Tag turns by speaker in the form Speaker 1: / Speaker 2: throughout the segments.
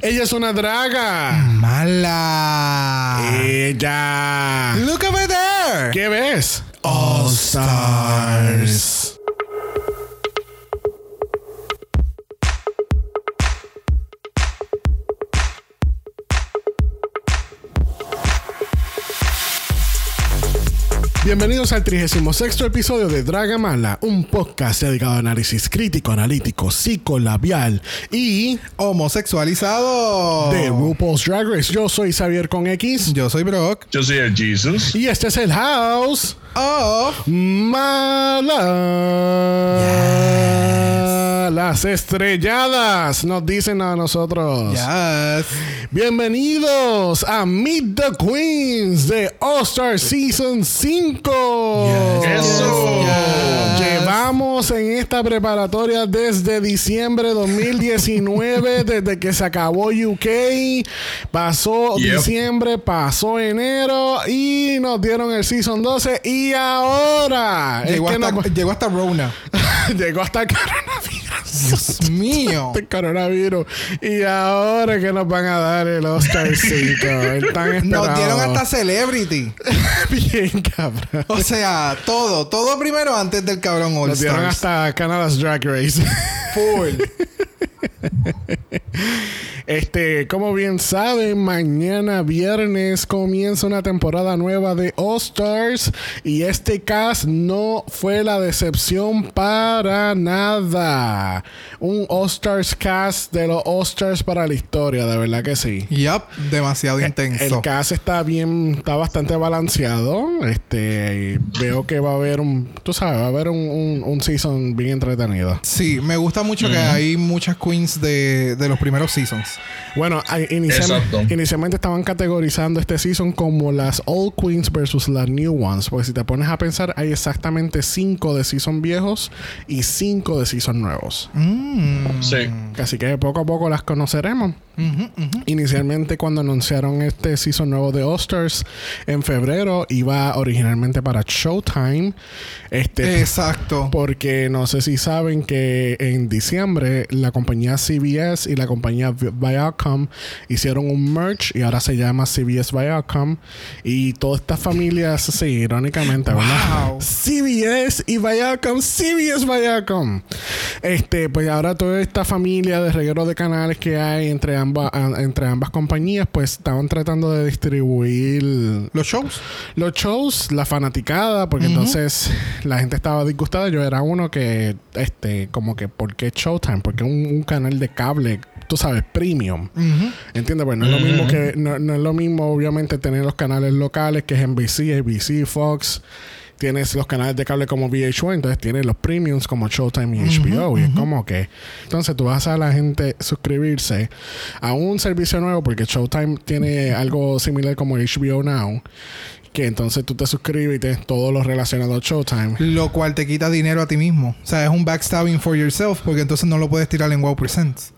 Speaker 1: Ella es una draga.
Speaker 2: Mala.
Speaker 1: Ella.
Speaker 2: Look over there.
Speaker 1: ¿Qué ves? All Stars. Bienvenidos al 36 episodio de Draga Mala, un podcast dedicado a análisis crítico, analítico, psicolabial y
Speaker 2: Homosexualizado.
Speaker 1: de RuPaul's Drag Race. Yo soy Xavier con X
Speaker 2: Yo soy Brock.
Speaker 3: Yo soy el Jesus.
Speaker 1: y este es el House.
Speaker 2: Oh.
Speaker 1: Mala. Las estrelladas nos dicen a nosotros.
Speaker 2: Yes.
Speaker 1: Bienvenidos a Meet the Queens de All Star Season 5.
Speaker 3: Yes. Eso.
Speaker 2: Yes.
Speaker 1: Llevamos en esta preparatoria desde diciembre 2019, desde que se acabó UK, pasó
Speaker 3: Yep.
Speaker 1: diciembre, pasó enero y nos dieron el Season 12 y ahora es
Speaker 2: Llegó,
Speaker 1: que
Speaker 2: hasta,
Speaker 1: no-
Speaker 2: llegó hasta Rona.
Speaker 1: llegó hasta coronavirus.
Speaker 2: Dios mío.
Speaker 1: Este coronavirus y ahora es que nos van a dar el Oscar 5 el tan esperado
Speaker 2: Nos dieron hasta Celebrity.
Speaker 1: bien cabrón
Speaker 2: O sea, todo. Todo primero antes del cabrón All
Speaker 1: nos dieron
Speaker 2: Stars.
Speaker 1: hasta Canada's Drag Race
Speaker 2: full.
Speaker 1: Este, como bien saben, mañana viernes comienza una temporada nueva de All Stars y este cast no fue la decepción para nada. Un All Stars cast de los All Stars para la historia, de verdad que sí.
Speaker 2: Yup. Demasiado
Speaker 1: El
Speaker 2: intenso.
Speaker 1: cast está bien, está bastante balanceado. Este, veo que va a haber un, tú sabes, va a haber un, un, un season bien entretenido.
Speaker 2: Sí, me gusta mucho que hay muchas queens de, de los primeros seasons.
Speaker 1: Bueno, a- inicialmente,
Speaker 3: Exacto.
Speaker 1: inicialmente estaban categorizando este season como las Old Queens versus las New Ones. Porque si te pones a pensar, hay exactamente cinco de season viejos y cinco de season nuevos.
Speaker 2: Mm.
Speaker 3: Sí.
Speaker 1: Así que poco a poco las conoceremos.
Speaker 2: Ujú, ujú.
Speaker 1: Inicialmente cuando anunciaron este season nuevo de All-Stars en febrero iba originalmente para Showtime. Este
Speaker 2: Exacto.
Speaker 1: porque no sé si saben que en diciembre la compañía CBS y la compañía Vi- Viacom hicieron un merch y ahora se llama CBS Viacom y todas estas familias sí, irónicamente, ¿verdad?
Speaker 2: Wow.
Speaker 1: CBS y Viacom, CBS Viacom. Este, pues ahora toda esta familia de reguero de canales que hay entre ambas entre ambas compañías, pues estaban tratando de distribuir
Speaker 2: Los shows.
Speaker 1: los shows, la fanaticada, porque entonces la gente estaba disgustada. Yo era uno que, este, como que, ¿por qué Showtime? Porque un, un canal de cable, tú sabes, premium.
Speaker 2: Ujú.
Speaker 1: ¿Entiendes? Pues no es lo mismo que, no, no es lo mismo, obviamente, tener los canales locales, que es NBC, ABC, Fox. Tienes los canales de cable como VH1, entonces tienes los premiums como Showtime y HBO. y es como que. Entonces tú vas a la gente suscribirse a un servicio nuevo, porque Showtime tiene algo similar como HBO Now, que entonces tú te suscribes y tienes todo lo relacionado a Showtime.
Speaker 2: Lo cual te quita dinero a ti mismo. O sea, es un backstabbing for yourself porque entonces no lo puedes tirar en Wow Presents.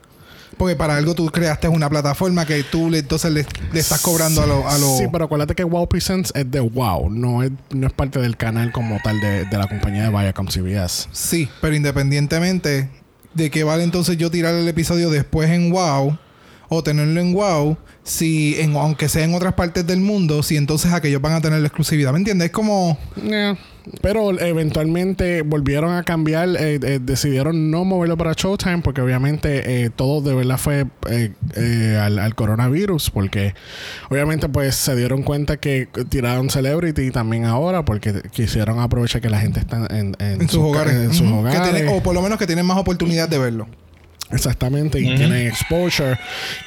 Speaker 2: Porque para algo tú creaste una plataforma que tú le, entonces le, le estás cobrando a los... A lo-
Speaker 1: Sí, pero acuérdate que Wow Presents es de Wow, no es, no es parte del canal como tal de, de la compañía de Viacom CBS.
Speaker 2: Sí, pero independientemente de que vale entonces yo tirar el episodio después en Wow o tenerlo en Wow, si en- aunque sea en otras partes del mundo, si entonces aquellos van a tener la exclusividad. ¿Me entiendes? Es como...
Speaker 1: Yeah. Pero eventualmente volvieron a cambiar, eh, eh, decidieron no moverlo para Showtime porque obviamente eh, todo de verdad fue eh, eh, al, al coronavirus porque obviamente pues se dieron cuenta que tiraron Celebrity también ahora porque quisieron aprovechar que la gente está en,
Speaker 2: En sus hogares.
Speaker 1: En sus
Speaker 2: Ujú. Que
Speaker 1: hogares.
Speaker 2: tienen- o por lo menos que tienen más oportunidad de verlo.
Speaker 1: Exactamente, y tienen exposure,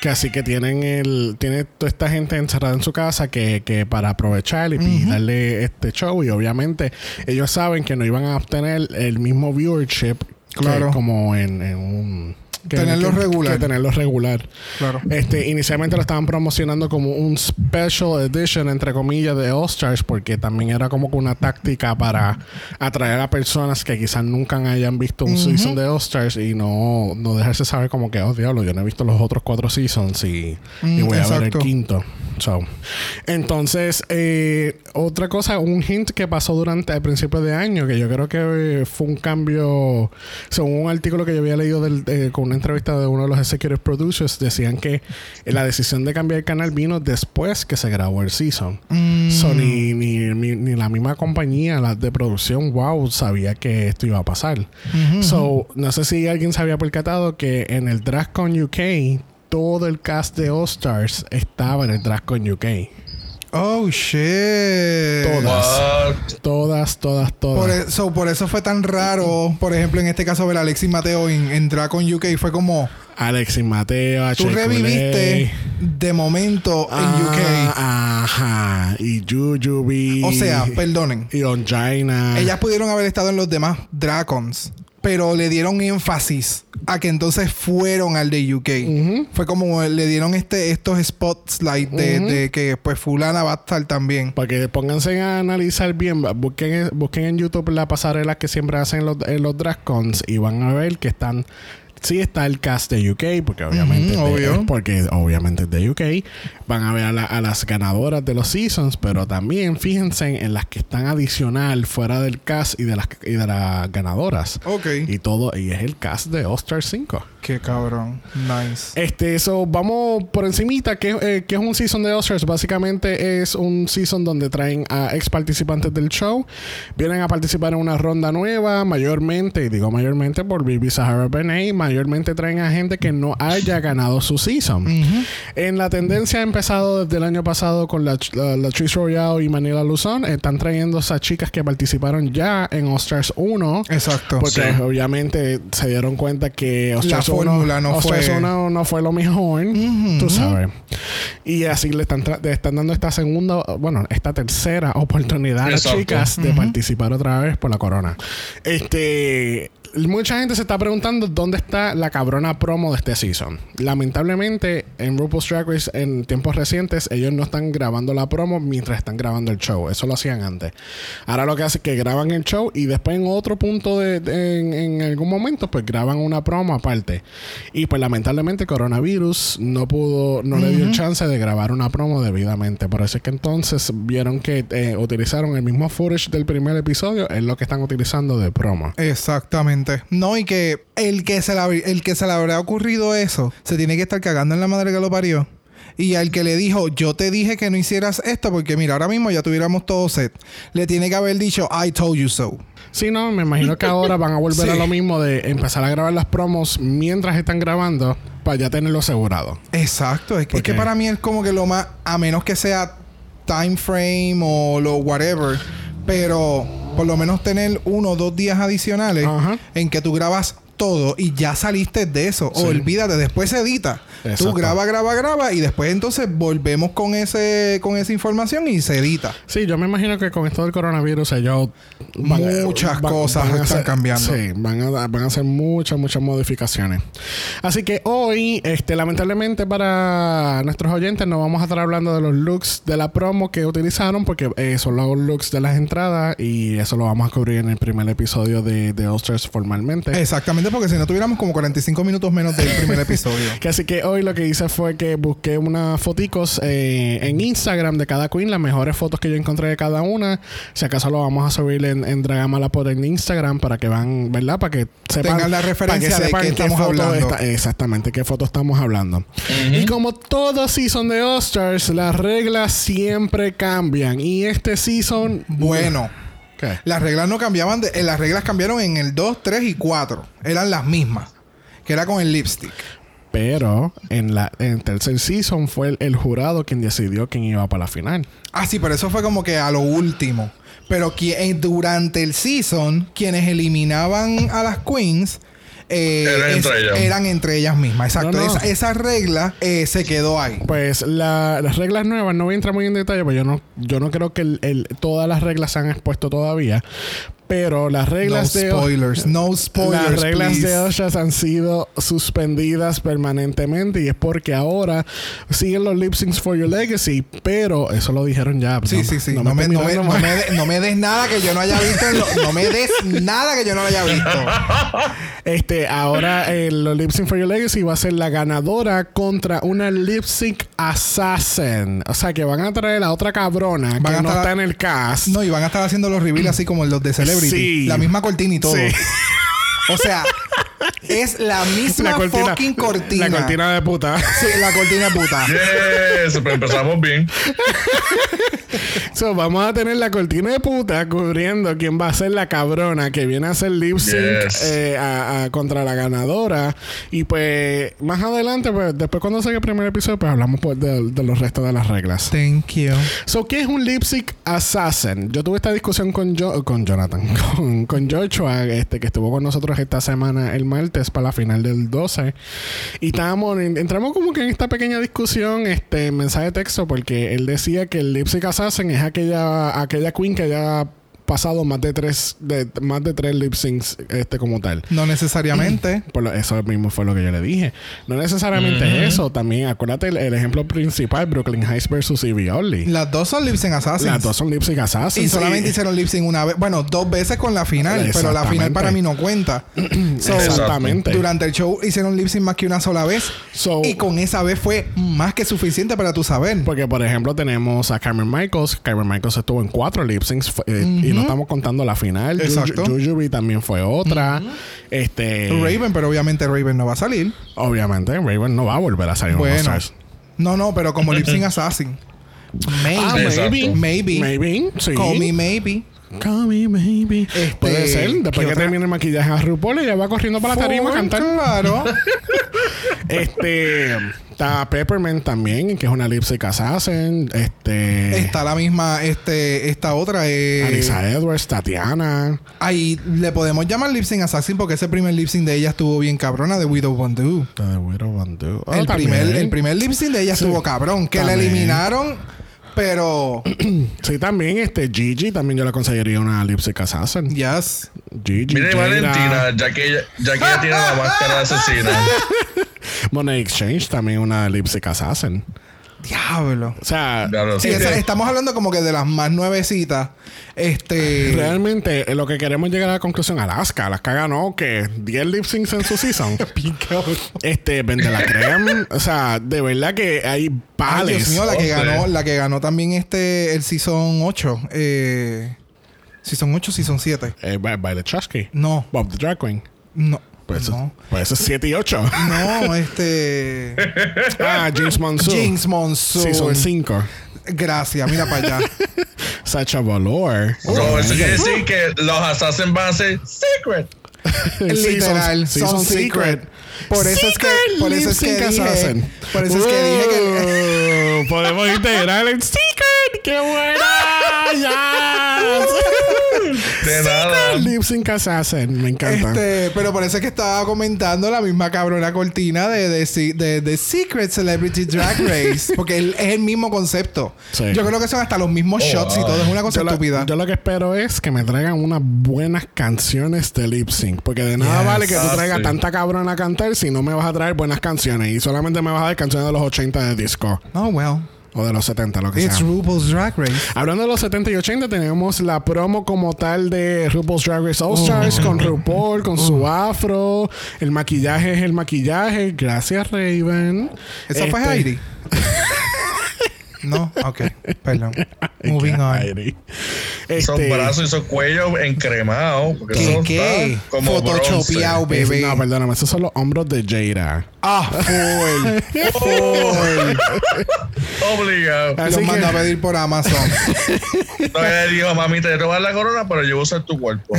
Speaker 1: que así que tienen el, tiene toda esta gente encerrada en su casa que, que para aprovechar y, y darle este show, y obviamente ellos saben que no iban a obtener el mismo viewership que
Speaker 2: Claro.
Speaker 1: como en, en un que-
Speaker 2: Tenerlo
Speaker 1: que-
Speaker 2: regular.
Speaker 1: que tenerlo regular.
Speaker 2: Claro.
Speaker 1: Este, inicialmente lo estaban promocionando como un special edition, entre comillas, de All Stars, porque también era como que una táctica para atraer a personas que quizás nunca hayan visto un season de All Stars y no, no dejarse saber como que, oh diablo, yo no he visto los otros cuatro seasons y, y
Speaker 2: Mm,
Speaker 1: voy a ver el
Speaker 2: exacto.
Speaker 1: quinto. So. Entonces, eh, otra cosa, un hint que pasó durante el principio de año, que yo creo que eh, fue un cambio, según un artículo que yo había leído del- de- con una entrevista de uno de los executive producers, decían que la decisión de cambiar el canal vino después que se grabó el season.
Speaker 2: Mm.
Speaker 1: So, ni, ni- ni- ni la misma compañía la de producción, wow, sabía que esto iba a pasar.
Speaker 2: Ujú,
Speaker 1: So, no sé si alguien se había percatado que en el DragCon UK, todo el cast de All Stars estaba en el DragCon UK.
Speaker 2: Oh, shit.
Speaker 1: Todas. Todas, todas, todas.
Speaker 2: Por, e- so, por eso fue tan raro, por ejemplo, en este caso ver a Alexis Mateo en, en Dracon UK. Fue como,
Speaker 1: Alexis Mateo,
Speaker 2: tú
Speaker 1: H.J.
Speaker 2: reviviste
Speaker 1: Coley.
Speaker 2: de momento en UK.
Speaker 1: Ah, Ajá. Y Jujubi.
Speaker 2: O sea, pues, perdonen.
Speaker 1: Y Onjaina.
Speaker 2: Ellas pudieron haber estado en los demás Dracons, pero le dieron énfasis a que entonces fueron al de UK.
Speaker 1: Ujú.
Speaker 2: Fue como le dieron este estos spotlight de,
Speaker 1: Ujú.
Speaker 2: de que pues fulana va a estar también.
Speaker 1: Para que pónganse a analizar bien, va- busquen, eh, busquen en YouTube las pasarelas que siempre hacen los, en los drag cons y van a ver que están. Sí está el cast de UK, porque obviamente,
Speaker 2: Ujú,
Speaker 1: es de-
Speaker 2: obvio.
Speaker 1: es porque obviamente es de UK. Van a ver a, la- a las ganadoras de los seasons, pero también fíjense en las que están adicional fuera del cast y de las, y de las ganadoras.
Speaker 2: Ok.
Speaker 1: Y todo, y es el cast de All Star 5.
Speaker 2: Qué cabrón. Nice.
Speaker 1: Este, eso, vamos por encimita, que, eh, que es un season de Oscars. Básicamente es un season donde traen a ex participantes del show, vienen a participar en una ronda nueva, mayormente, y digo mayormente por Bibi Sahara Benet, mayormente traen a gente que no haya ganado su season.
Speaker 2: Ujú.
Speaker 1: En la tendencia ha empezado desde el año pasado con la, la, la Trish Royale y Manila Luzón. Están trayendo a chicas que participaron ya en All Stars 1.
Speaker 2: Exacto.
Speaker 1: Porque
Speaker 3: Sí.
Speaker 1: obviamente se dieron cuenta que
Speaker 2: fórmula no fue-
Speaker 1: no, no fue lo mejor.
Speaker 2: Ujú.
Speaker 1: Tú sabes. Y así le están, tra- le están dando esta segunda, bueno, esta tercera oportunidad a las
Speaker 3: Exacto.
Speaker 1: chicas de
Speaker 2: Ujú.
Speaker 1: participar otra vez por la corona. Este. Mucha gente se está preguntando dónde está la cabrona promo de este season. Lamentablemente, en RuPaul's Drag Race, en tiempos recientes, ellos no están grabando la promo mientras están grabando el show. Eso lo hacían antes. Ahora lo que hacen es que graban el show y después en otro punto de, de- en, en algún momento pues graban una promo aparte. Y pues lamentablemente el coronavirus no pudo, no le dio chance de grabar una promo debidamente. Por eso es que entonces vieron que eh, utilizaron el mismo footage del primer episodio, es lo que están utilizando de promo.
Speaker 2: Exactamente. No, y que el que se la, el que se le habrá ocurrido eso, se tiene que estar cagando en la madre que lo parió. Y al que le dijo, yo te dije que no hicieras esto, porque mira, ahora mismo ya tuviéramos todo set. Le tiene que haber dicho, I told you so.
Speaker 1: Sí, no, me imagino que ahora van a volver
Speaker 2: Sí.
Speaker 1: a lo mismo de empezar a grabar las promos mientras están grabando para ya tenerlo asegurado.
Speaker 2: Exacto. Es que, es que
Speaker 1: Porque-
Speaker 2: para mí es como que lo más, a menos que sea time frame o lo whatever, pero por lo menos tener uno o dos días adicionales
Speaker 1: Ajá.
Speaker 2: en que tú grabas todo y ya saliste de eso.
Speaker 1: Sí.
Speaker 2: O olvídate, después se edita.
Speaker 1: Exacto.
Speaker 2: Tú graba, graba, graba y después entonces volvemos con ese con esa información y se edita.
Speaker 1: Sí, yo me imagino que con esto del coronavirus ellos
Speaker 2: Muchas cosas están
Speaker 1: hacer-
Speaker 2: cambiando.
Speaker 1: Sí, van a, van a hacer muchas, muchas modificaciones. Así que hoy, este, lamentablemente para nuestros oyentes, no vamos a estar hablando de los looks de la promo que utilizaron, porque eh, son los looks de las entradas y eso lo vamos a cubrir en el primer episodio de, de All Stars formalmente.
Speaker 2: Exactamente, porque si no tuviéramos como 45 minutos menos del primer episodio.
Speaker 1: Que así que hoy lo que hice fue que busqué unas foticos eh, en Instagram de cada queen, las mejores fotos que yo encontré de cada una. Si acaso lo vamos a subir en, en Dragamala por en Instagram para que van, ¿verdad? Para que sepan.
Speaker 2: Tengan la
Speaker 1: para
Speaker 2: referencia de qué estamos
Speaker 1: foto
Speaker 2: hablando.
Speaker 1: está- exactamente, qué foto estamos hablando. Y como todo season de All Stars, las reglas siempre cambian. Y este season.
Speaker 2: bueno.
Speaker 1: ¿Qué?
Speaker 2: Las reglas no cambiaban, de- eh, las reglas cambiaron en el 2, 3 y 4. Eran las mismas. Que era con el lipstick.
Speaker 1: Pero en la en tercer season fue el, el jurado quien decidió quién iba para la final.
Speaker 2: Ah, sí, pero eso fue como que a lo último. Pero qui- eh, durante el season, quienes eliminaban a las queens. eh,
Speaker 3: Eran entre ellas.
Speaker 2: eran entre ellas mismas. Exacto.
Speaker 1: No, no.
Speaker 2: Esa, esa regla eh, se quedó ahí.
Speaker 1: Pues la- las reglas pues nuevas, no voy a entrar muy en detalle, pero yo no, yo no creo que el- el- todas las reglas se han expuesto todavía. Pero las reglas
Speaker 2: no
Speaker 1: de
Speaker 2: spoilers, no spoilers.
Speaker 1: las reglas
Speaker 2: please.
Speaker 1: de Oshas han sido suspendidas permanentemente y es porque ahora siguen los lip syncs for your legacy, pero eso lo dijeron ya.
Speaker 2: Sí, sí, sí. No, me, no, me,
Speaker 1: terminaron
Speaker 2: no
Speaker 1: más.
Speaker 2: me de- no me des nada que yo no haya visto. en lo- no me des nada que yo no haya visto.
Speaker 1: Este, ahora eh, los lip sync for your legacy va a ser la ganadora contra una lip sync assassin, o sea que van a traer a otra cabrona
Speaker 2: Van a
Speaker 1: que no
Speaker 2: estar-
Speaker 1: está en el cast.
Speaker 2: No, y van a estar haciendo los reveals así como los de Celebrity.
Speaker 1: Sí.
Speaker 2: La misma cortina y todo.
Speaker 1: Sí.
Speaker 2: O sea, es la misma fucking cortina.
Speaker 1: La cortina de puta.
Speaker 2: Sí, la cortina puta.
Speaker 3: Yes, pero empezamos bien.
Speaker 1: So, vamos a tener la cortina de puta cubriendo quién va a ser la cabrona que viene a hacer lip sync
Speaker 3: Yes.
Speaker 1: eh, a- a- contra la ganadora. Y pues, más adelante, pues, después cuando salga el primer episodio, pues hablamos pues, de, de los restos de las reglas.
Speaker 2: Thank you.
Speaker 1: So, ¿qué es un lip sync assassin? Yo tuve esta discusión con, Jo- con Jonathan, con, con Joshua, este, que estuvo con nosotros esta semana, el martes, para la final del 12. Y estábamos, en- entramos como que en esta pequeña discusión, este, en mensaje de texto, porque él decía que el lip sync assassin es aquella, aquella queen que haya pasado más de tres, de, más de tres lip syncs, este, como tal.
Speaker 2: No necesariamente.
Speaker 1: Por lo- eso mismo fue lo que yo le dije. No necesariamente eso, también acuérdate el, el ejemplo principal, Brooklyn Heights versus Evie Only.
Speaker 2: Las dos son Lips en Assassins.
Speaker 1: Las dos son lip sync assassins.
Speaker 2: Y solamente hicieron lip sync una vez. Bueno, dos veces con la final, pero la final
Speaker 1: Exactamente.
Speaker 2: para mí no cuenta. So,
Speaker 1: Exactamente.
Speaker 2: durante el show hicieron lip sync más que una sola vez.
Speaker 1: So-
Speaker 2: y con esa vez fue más que suficiente para tu saber.
Speaker 1: Porque, por ejemplo, tenemos a Cameron Michaels. Cameron Michaels estuvo en cuatro lip syncs fue- eh, y no estamos contando la final. Ju-
Speaker 2: Exacto.
Speaker 1: Jujubi también fue otra. Este.
Speaker 2: Raven, pero obviamente Raven no va a salir.
Speaker 1: Obviamente, Raven no va a volver a salir en
Speaker 2: Bueno.
Speaker 1: All-Stars.
Speaker 2: No, no, pero como lip sync assassin.
Speaker 1: Ah,
Speaker 2: Maybe.
Speaker 3: Exacto.
Speaker 1: maybe.
Speaker 2: Maybe.
Speaker 1: Maybe. Sí.
Speaker 2: Call me maybe.
Speaker 1: Call me maybe.
Speaker 2: Este,
Speaker 1: Puede ser.
Speaker 2: ¿qué
Speaker 1: Después que
Speaker 2: otra?
Speaker 1: termine el maquillaje a RuPaul, ella va corriendo para la tarima a
Speaker 2: Full,
Speaker 1: cantar.
Speaker 2: Claro.
Speaker 1: Este. Está Peppermint también, que es una lip sync assassin. Este.
Speaker 2: Está la misma, este, esta otra. Eh,
Speaker 1: Alisa Edwards, Tatiana.
Speaker 2: Ahí le podemos llamar lip sync assassin porque ese primer lip sync de ella estuvo bien cabrona de Widow Bondu.
Speaker 1: La de Widow Van Du. Oh,
Speaker 2: el,
Speaker 1: también.
Speaker 2: primer, el primer lip sync de ella
Speaker 1: Sí.
Speaker 2: estuvo cabrón. Que la
Speaker 1: También.
Speaker 2: eliminaron, pero.
Speaker 1: Sí, también este Gigi, también yo la conseguiría una Lipsy Assassin.
Speaker 2: yes.
Speaker 1: Gigi,
Speaker 3: Mire,
Speaker 1: Jada,
Speaker 3: Valentina, ya que, ella, ya que ella tiene la máscara de asesina.
Speaker 1: Money Exchange también una Lipsy Assassin.
Speaker 2: Diablo.
Speaker 1: O sea,
Speaker 3: Diablo,
Speaker 2: Sí,
Speaker 3: sí.
Speaker 1: Este
Speaker 2: esa- estamos hablando como que de las más nuevecitas. Este.
Speaker 1: realmente eh, lo que queremos llegar a la conclusión, Alaska, Alaska ganó que 10 lip syncs en su season. este, vende la creme. O sea, de verdad que hay
Speaker 2: Ay,
Speaker 1: pales.
Speaker 2: Dios mío, la que
Speaker 3: Hombre.
Speaker 2: ganó, la que ganó también este el season 8. Eh, season 8, season 7.
Speaker 1: Eh, Ba- Violet Chachki.
Speaker 2: No,
Speaker 1: Bob the Drag Queen.
Speaker 2: no.
Speaker 1: Pues,
Speaker 2: no.
Speaker 1: pues eso es 7 y 8.
Speaker 2: No, este.
Speaker 1: ah, James Monsoon.
Speaker 2: James Monsoon.
Speaker 1: Sí, son 5.
Speaker 2: Gracias, mira para allá.
Speaker 1: Sacha Valor.
Speaker 2: Oh,
Speaker 3: So, eso quiere decir que los assassins van a ser secret.
Speaker 2: Literal,
Speaker 1: Sí, son- sí, son secret.
Speaker 2: Por eso es que, por eso es que
Speaker 1: Secret lip sync
Speaker 2: dije,
Speaker 1: assassin.
Speaker 2: por eso es que dije que
Speaker 1: Wow, Oh, podemos integrar el secret. ¡Qué buena!
Speaker 3: De nada.
Speaker 1: Yes. Lip sync assassin, me encanta.
Speaker 2: este, pero por eso es que estaba comentando la misma cabrona cortina de The de, de, de Secret Celebrity Drag Race, porque el- es el mismo concepto.
Speaker 1: Sí.
Speaker 2: Yo creo que son hasta los mismos
Speaker 3: Oh,
Speaker 2: shots y
Speaker 3: wow.
Speaker 2: todo, es una cosa
Speaker 1: yo,
Speaker 2: estúpida.
Speaker 1: lo, yo lo que espero es que me traigan unas buenas canciones de lip sync. Porque de nada
Speaker 2: Yes.
Speaker 1: vale que tú
Speaker 3: Ah,
Speaker 1: traigas
Speaker 3: sí.
Speaker 1: tanta cabrona a cantar si no me vas a traer buenas canciones. Y solamente me vas a dar canciones de los 80 de disco
Speaker 2: Oh well,
Speaker 1: o de los 70, lo que
Speaker 2: it's
Speaker 1: sea.
Speaker 2: RuPaul's Drag Race.
Speaker 1: Hablando de los 70 y 80, tenemos la promo como tal de RuPaul's Drag Race All Stars
Speaker 2: Oh.
Speaker 1: con RuPaul, con su afro. El maquillaje es el maquillaje. Gracias, Raven.
Speaker 2: Eso fue
Speaker 1: Este-
Speaker 2: Heidi. no, ok, perdón.
Speaker 1: Ay,
Speaker 2: Moving
Speaker 1: qué
Speaker 2: on.
Speaker 1: Heidi.
Speaker 3: Esos
Speaker 1: Este-
Speaker 3: brazos y esos cuellos encremados. Porque
Speaker 2: ¿Qué,
Speaker 3: eso
Speaker 2: qué?
Speaker 3: está como
Speaker 2: Photoshopeado,
Speaker 3: bronce.
Speaker 1: Ah, Es-
Speaker 2: bebé.
Speaker 1: No, perdóname, esos son los hombros de Jada.
Speaker 2: Ah, full. full.
Speaker 3: Obligado.
Speaker 1: Así
Speaker 2: Los
Speaker 1: que-
Speaker 2: manda a pedir por Amazon.
Speaker 3: Entonces le digo, mami, te roban la corona, pero yo voy a usar tu cuerpo.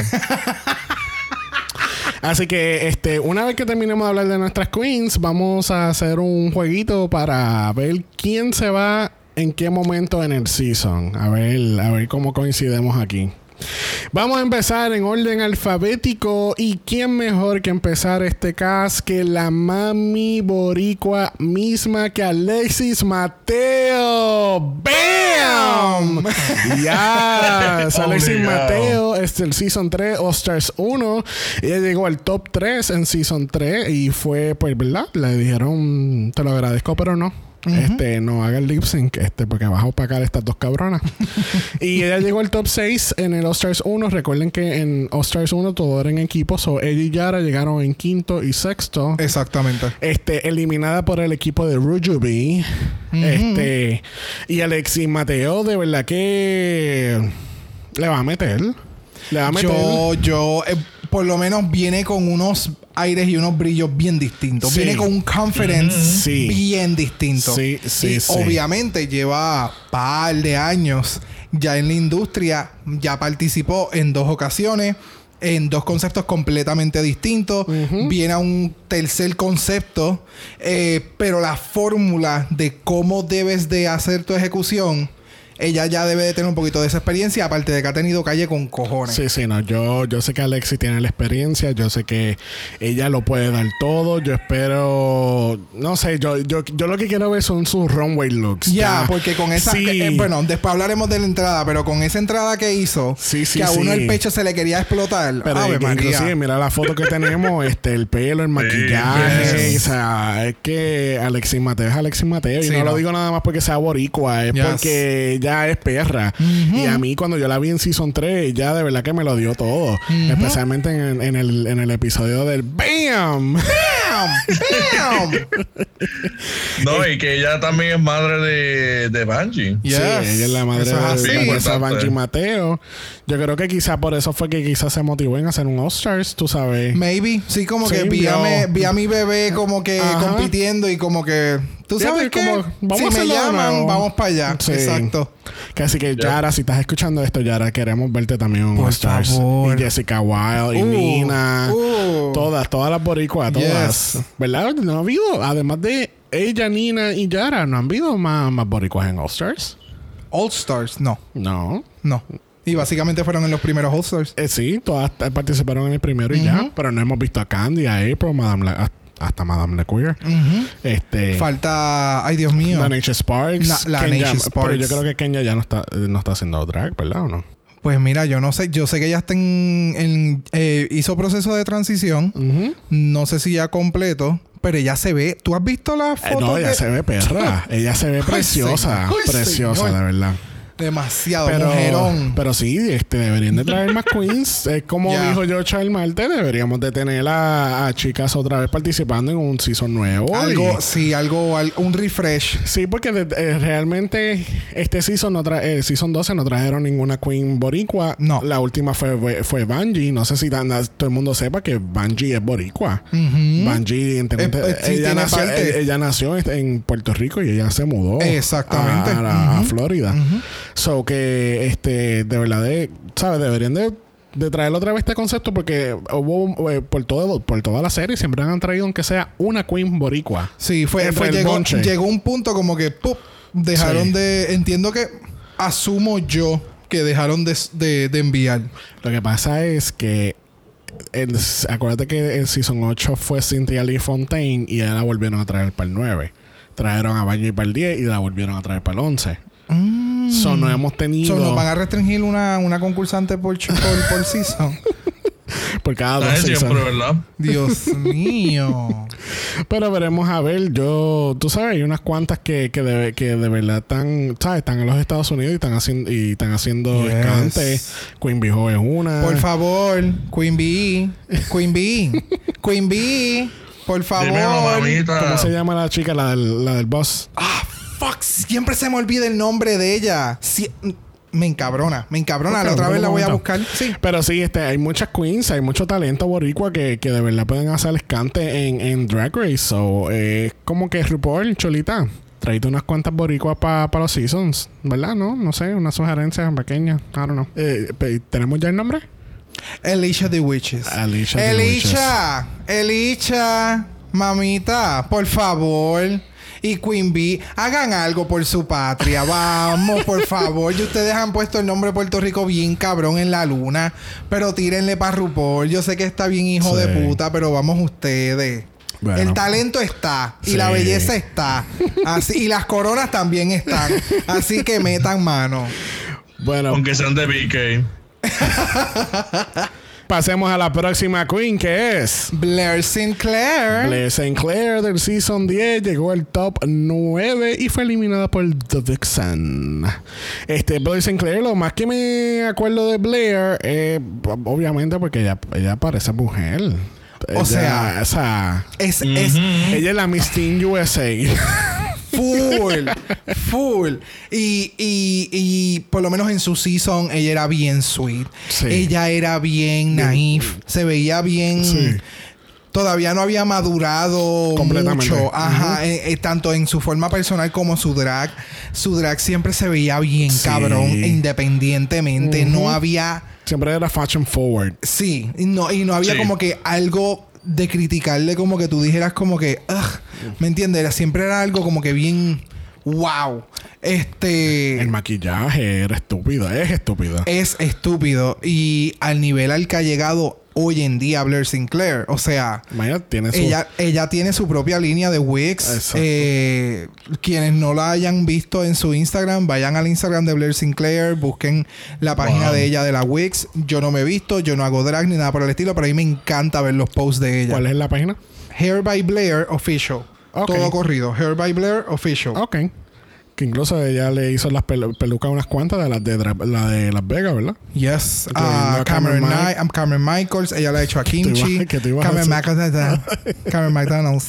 Speaker 1: Así que este, una vez que terminemos de hablar de nuestras queens, vamos a hacer un jueguito para ver quién se va en qué momento en el season. A ver, a ver cómo coincidimos aquí. Vamos a empezar en orden alfabético. ¿Y quién mejor que empezar este cast que la mami boricua misma que Alexis Mateo? ¡Bam! yes. Alexis
Speaker 3: Obligado.
Speaker 1: Mateo es del Season 3, All-Stars 1. Ella llegó al top 3 en Season 3 y fue, pues, ¿verdad? Le dijeron, te lo agradezco, pero no. Este, no haga el lip sync, este, porque vas a opacar a estas dos cabronas. y ella llegó al top 6 en el All-Stars 1. Recuerden que en All-Stars 1 todo era en equipos, o ella y Yara llegaron en quinto y sexto.
Speaker 2: Exactamente.
Speaker 1: Este, eliminada por el equipo de Rujubi. Este, y Alexis Mateo, de verdad que le va a meter. Le va a meter.
Speaker 2: Yo, yo, eh, por lo menos viene con unos aires y unos brillos bien distintos.
Speaker 1: Sí.
Speaker 2: Viene con un confidence
Speaker 1: Sí.
Speaker 2: bien distinto.
Speaker 1: Sí, sí,
Speaker 2: y
Speaker 1: sí.
Speaker 2: obviamente lleva par de años ya en la industria, ya participó en dos ocasiones. En dos conceptos completamente distintos. Viene a un tercer concepto. eh, pero la fórmula de cómo debes de hacer tu ejecución. Ella ya debe de tener un poquito de esa experiencia. Aparte de que ha tenido calle con cojones.
Speaker 1: Sí, sí, no, yo, yo sé que Alexi tiene la experiencia, yo sé que ella lo puede dar todo, yo espero, no sé, yo, yo, yo lo que quiero ver son sus runway looks.
Speaker 2: Ya, porque con esa.
Speaker 1: Sí.
Speaker 2: eh, bueno, después hablaremos de la entrada, pero con esa entrada que hizo,
Speaker 1: Sí, sí,
Speaker 2: que a
Speaker 1: sí.
Speaker 2: uno el pecho se le quería explotar.
Speaker 1: Pero
Speaker 2: Ave
Speaker 1: eh, que
Speaker 2: María.
Speaker 1: inclusive, mira la foto que tenemos, este, el pelo, el maquillaje,
Speaker 2: yes.
Speaker 1: o sea, es que Alexis Mateo es Alexis Mateo. Y
Speaker 2: Sí,
Speaker 1: no,
Speaker 2: no.
Speaker 1: lo digo nada más porque sea boricua, es
Speaker 2: Yes.
Speaker 1: porque ella es perra. Y a mí cuando yo la vi en Season 3, ella de verdad que me lo dio todo. Especialmente en, en el, en el episodio del BAM.
Speaker 2: ¡Bam! ¡Bam!
Speaker 3: No, y que ella también es madre de, de Bungie.
Speaker 2: Yes.
Speaker 1: Sí, ella es la madre
Speaker 2: Eso es así.
Speaker 1: de la fuerza
Speaker 3: Importante.
Speaker 1: Banji Mateo. Yo creo que quizá por eso fue que quizás se motivó en hacer un All-Stars, tú sabes.
Speaker 2: Maybe. Sí, como
Speaker 1: Sí,
Speaker 2: que vi a,
Speaker 1: yo-
Speaker 2: me- vi a mi bebé como que
Speaker 1: Ajá.
Speaker 2: compitiendo y como que. Tú
Speaker 1: Fíjate,
Speaker 2: sabes que.
Speaker 1: como, vamos a
Speaker 2: si me
Speaker 1: hacerlo de
Speaker 2: llaman,
Speaker 1: nuevo.
Speaker 2: vamos para allá.
Speaker 1: Sí.
Speaker 2: Exacto.
Speaker 1: Que así que, Yara, si estás escuchando esto, Yara, queremos verte también en un
Speaker 2: Por
Speaker 1: All-Stars.
Speaker 2: favor.
Speaker 1: Y Jessica Wilde, y
Speaker 2: Uh,
Speaker 1: Nina,
Speaker 2: uh.
Speaker 1: todas, todas las boricuas, todas.
Speaker 2: Yes.
Speaker 1: ¿Verdad? No ha habido, además de ella, Nina y Yara, ¿no han habido más, más boricuas en All-Stars?
Speaker 2: All Stars, no.
Speaker 1: No.
Speaker 2: No. Y básicamente fueron en los primeros All Stars.
Speaker 1: Eh, sí, todas t- participaron en el primero y ya, pero no hemos visto a Candy, a April, Madame La- hasta Madame LeQueer. Este.
Speaker 2: Falta. Ay, Dios mío.
Speaker 1: La Nation Sparks.
Speaker 2: La- la
Speaker 1: Kenya-
Speaker 2: Nation
Speaker 1: Pero
Speaker 2: Sparks.
Speaker 1: yo creo que Kenya ya no está, eh, no está haciendo drag, ¿verdad o no?
Speaker 2: Pues mira, yo no sé, yo sé que ya está en, en- eh, hizo proceso de transición, no sé si ya completo, pero ella se ve, ¿tú has visto la
Speaker 1: Eh,
Speaker 2: foto?
Speaker 1: no, ella
Speaker 2: de-
Speaker 1: se ve perra. ella se ve preciosa.
Speaker 2: señor, ay,
Speaker 1: preciosa,
Speaker 2: señor.
Speaker 1: de verdad.
Speaker 2: Demasiado,
Speaker 1: Pero,
Speaker 2: mujerón.
Speaker 1: pero sí, este, deberían de traer más queens. Es como
Speaker 2: Ya.
Speaker 1: dijo yo Charles Marte, deberíamos de tener a, a chicas otra vez participando en un season nuevo.
Speaker 2: algo,
Speaker 1: y-
Speaker 2: sí, algo, al- un refresh.
Speaker 1: Sí, porque de- eh, realmente este season, no tra- eh, season 12 no trajeron ninguna Queen Boricua.
Speaker 2: No.
Speaker 1: La última fue, fue, fue Bungie. No sé si tan- todo el mundo sepa que Bungie es Boricua.
Speaker 2: Mm.
Speaker 1: Bungie, entiende-
Speaker 2: Eh, eh, sí,
Speaker 1: ella,
Speaker 2: tiene
Speaker 1: nació,
Speaker 2: parte.
Speaker 1: eh, ella nació en Puerto Rico y ella se mudó.
Speaker 2: Exactamente.
Speaker 1: A, a la- a Florida. So que, este, de verdad, de- ¿sabes? Deberían de. De traer otra vez este concepto porque hubo eh, por todo por toda la serie siempre han traído aunque sea una queen boricua.
Speaker 2: Sí, fue,
Speaker 1: Eh,
Speaker 2: fue-
Speaker 1: el
Speaker 2: llegó,
Speaker 1: bonche.
Speaker 2: llegó un punto como que ¡pup! dejaron
Speaker 1: Sí.
Speaker 2: de, entiendo que asumo yo que dejaron de, de- de enviar.
Speaker 1: Lo que pasa es que el- acuérdate que el season 8 fue Cynthia Lee Fontaine y ya la volvieron a traer para el 9. Trajeron a Bungie para el 10 y la volvieron a traer para el 11. So, no hemos tenido
Speaker 2: Mm. So, nos van a restringir una, una concursante por, ch- por, por season.
Speaker 1: por cada
Speaker 3: Está
Speaker 1: dos
Speaker 3: en siempre,
Speaker 1: seasons.
Speaker 3: ¿verdad?
Speaker 2: Dios mío.
Speaker 1: Pero veremos a ver. Yo, tú sabes, hay unas cuantas que, que, de, que de verdad están, ¿sabes? están en los Estados Unidos y están haciendo y están haciendo
Speaker 2: Yes.
Speaker 1: escante. Queen Bijo es una.
Speaker 3: Ah.
Speaker 2: Por favor, Queen Bee, Queen Bee, Queen Bee, por favor.
Speaker 3: Dímelo, mamita.
Speaker 1: ¿Cómo se llama la chica, la del, la del boss?
Speaker 2: Ah, fuck, siempre se me olvida el nombre de ella. Sie- me encabrona, me encabrona.
Speaker 1: Ok,
Speaker 2: la otra
Speaker 1: un
Speaker 2: vez la voy a
Speaker 1: momento.
Speaker 2: buscar. Sí.
Speaker 1: Pero sí, este, hay muchas queens, hay mucho talento boricua que, que de verdad pueden hacer escante en, en Drag Race. So, eh, es como que RuPaul, Cholita, traíte unas cuantas boricuas para los seasons, ¿verdad? No, no sé, una sugerencia pequeña, I don't know. Eh, pe- ¿Tenemos ya el nombre?
Speaker 2: Elisha the Witches.
Speaker 1: Alicia.
Speaker 2: Elisha, Elisha, mamita, por favor. y Queen Bee, hagan algo por su patria. Vamos, por favor. Y ustedes han puesto el nombre de Puerto Rico bien cabrón en la luna. Pero tírenle para RuPaul. Yo sé que está bien hijo
Speaker 1: Sí.
Speaker 2: de puta, pero vamos ustedes.
Speaker 1: Bueno.
Speaker 2: El talento está y la
Speaker 1: Sí.
Speaker 2: belleza está. Así, y las coronas también están. Así que metan mano.
Speaker 1: Bueno,
Speaker 3: Aunque sean de BK.
Speaker 1: pasemos a la próxima queen que es.
Speaker 2: Blair Sinclair.
Speaker 1: Blair Sinclair del Season 10 llegó al top 9 y fue eliminada por The Vixen. Este, Blair Sinclair, lo más que me acuerdo de Blair, eh, obviamente porque ella, ella parece mujer. Ella-
Speaker 2: sea-
Speaker 1: o sea,
Speaker 2: Es, es
Speaker 1: ella es la Miss Teen USA.
Speaker 2: full, full. Y, y, y por lo menos en su season, ella era bien sweet.
Speaker 1: Sí.
Speaker 2: Ella era bien naif. Se veía bien.
Speaker 1: Sí.
Speaker 2: Todavía no había madurado
Speaker 1: Completamente.
Speaker 2: mucho. Ajá. eh, eh, tanto en su forma personal como su drag. Su drag siempre se veía bien
Speaker 1: Sí.
Speaker 2: cabrón, independientemente. No había.
Speaker 1: Siempre era fashion forward.
Speaker 2: Sí, y no, y no había
Speaker 3: Sí.
Speaker 2: como que algo de criticarle, como que tú dijeras como que, "Ugh", ¿me entiendes? Era- Siempre era algo como que bien, wow,
Speaker 1: El
Speaker 2: este
Speaker 1: maquillaje era estúpido, es estúpido.
Speaker 2: es estúpido y al nivel al que ha llegado hoy en día Blair Sinclair, o sea...
Speaker 1: Maya tiene su.
Speaker 2: Ella, ella tiene su propia línea de Wix.
Speaker 1: Exacto.
Speaker 2: Eh, quienes no la hayan visto en su Instagram, vayan al Instagram de Blair Sinclair, busquen la página de ella de la Wix. Yo no me he visto, yo no hago drag ni nada por el estilo, pero a mí me encanta ver los posts de ella.
Speaker 1: ¿Cuál es la página?
Speaker 2: Hair by Blair Official.
Speaker 1: Ok.
Speaker 2: Todo corrido. Hair by Blair Official.
Speaker 1: Ok. Que incluso ella le hizo las pelu- pelucas a unas cuantas de las de, Dra- la de Las Vegas, ¿verdad?
Speaker 2: Yes.
Speaker 1: Estoy viendo
Speaker 2: Ah,
Speaker 1: a Cameron
Speaker 2: Cameron,
Speaker 1: Mi-
Speaker 2: Knight- Cameron Michaels. Ella la ha hecho a
Speaker 1: iba-
Speaker 2: Kimchi.
Speaker 1: que te iba a
Speaker 2: Cameron
Speaker 1: hacer?
Speaker 2: McDonald's. Cameron McDonald's.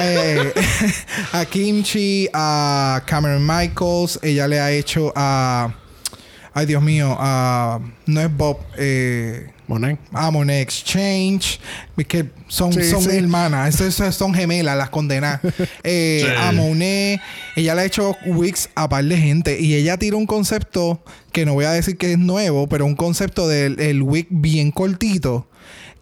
Speaker 2: Eh, a Kimchi, a Cameron Michaels. Ella le ha hecho a. Ay, Dios mío. A, no es Bob. Eh,
Speaker 1: Monet.
Speaker 2: Amon Exchange, es que son,
Speaker 1: Sí,
Speaker 2: son
Speaker 1: sí.
Speaker 2: hermanas, eso- eso- son gemelas las condenadas. Eh,
Speaker 3: Sí.
Speaker 2: a Monet, ella le ha hecho Wix a par de gente y ella tira un concepto que no voy a decir que es nuevo, pero un concepto del el Wix bien cortito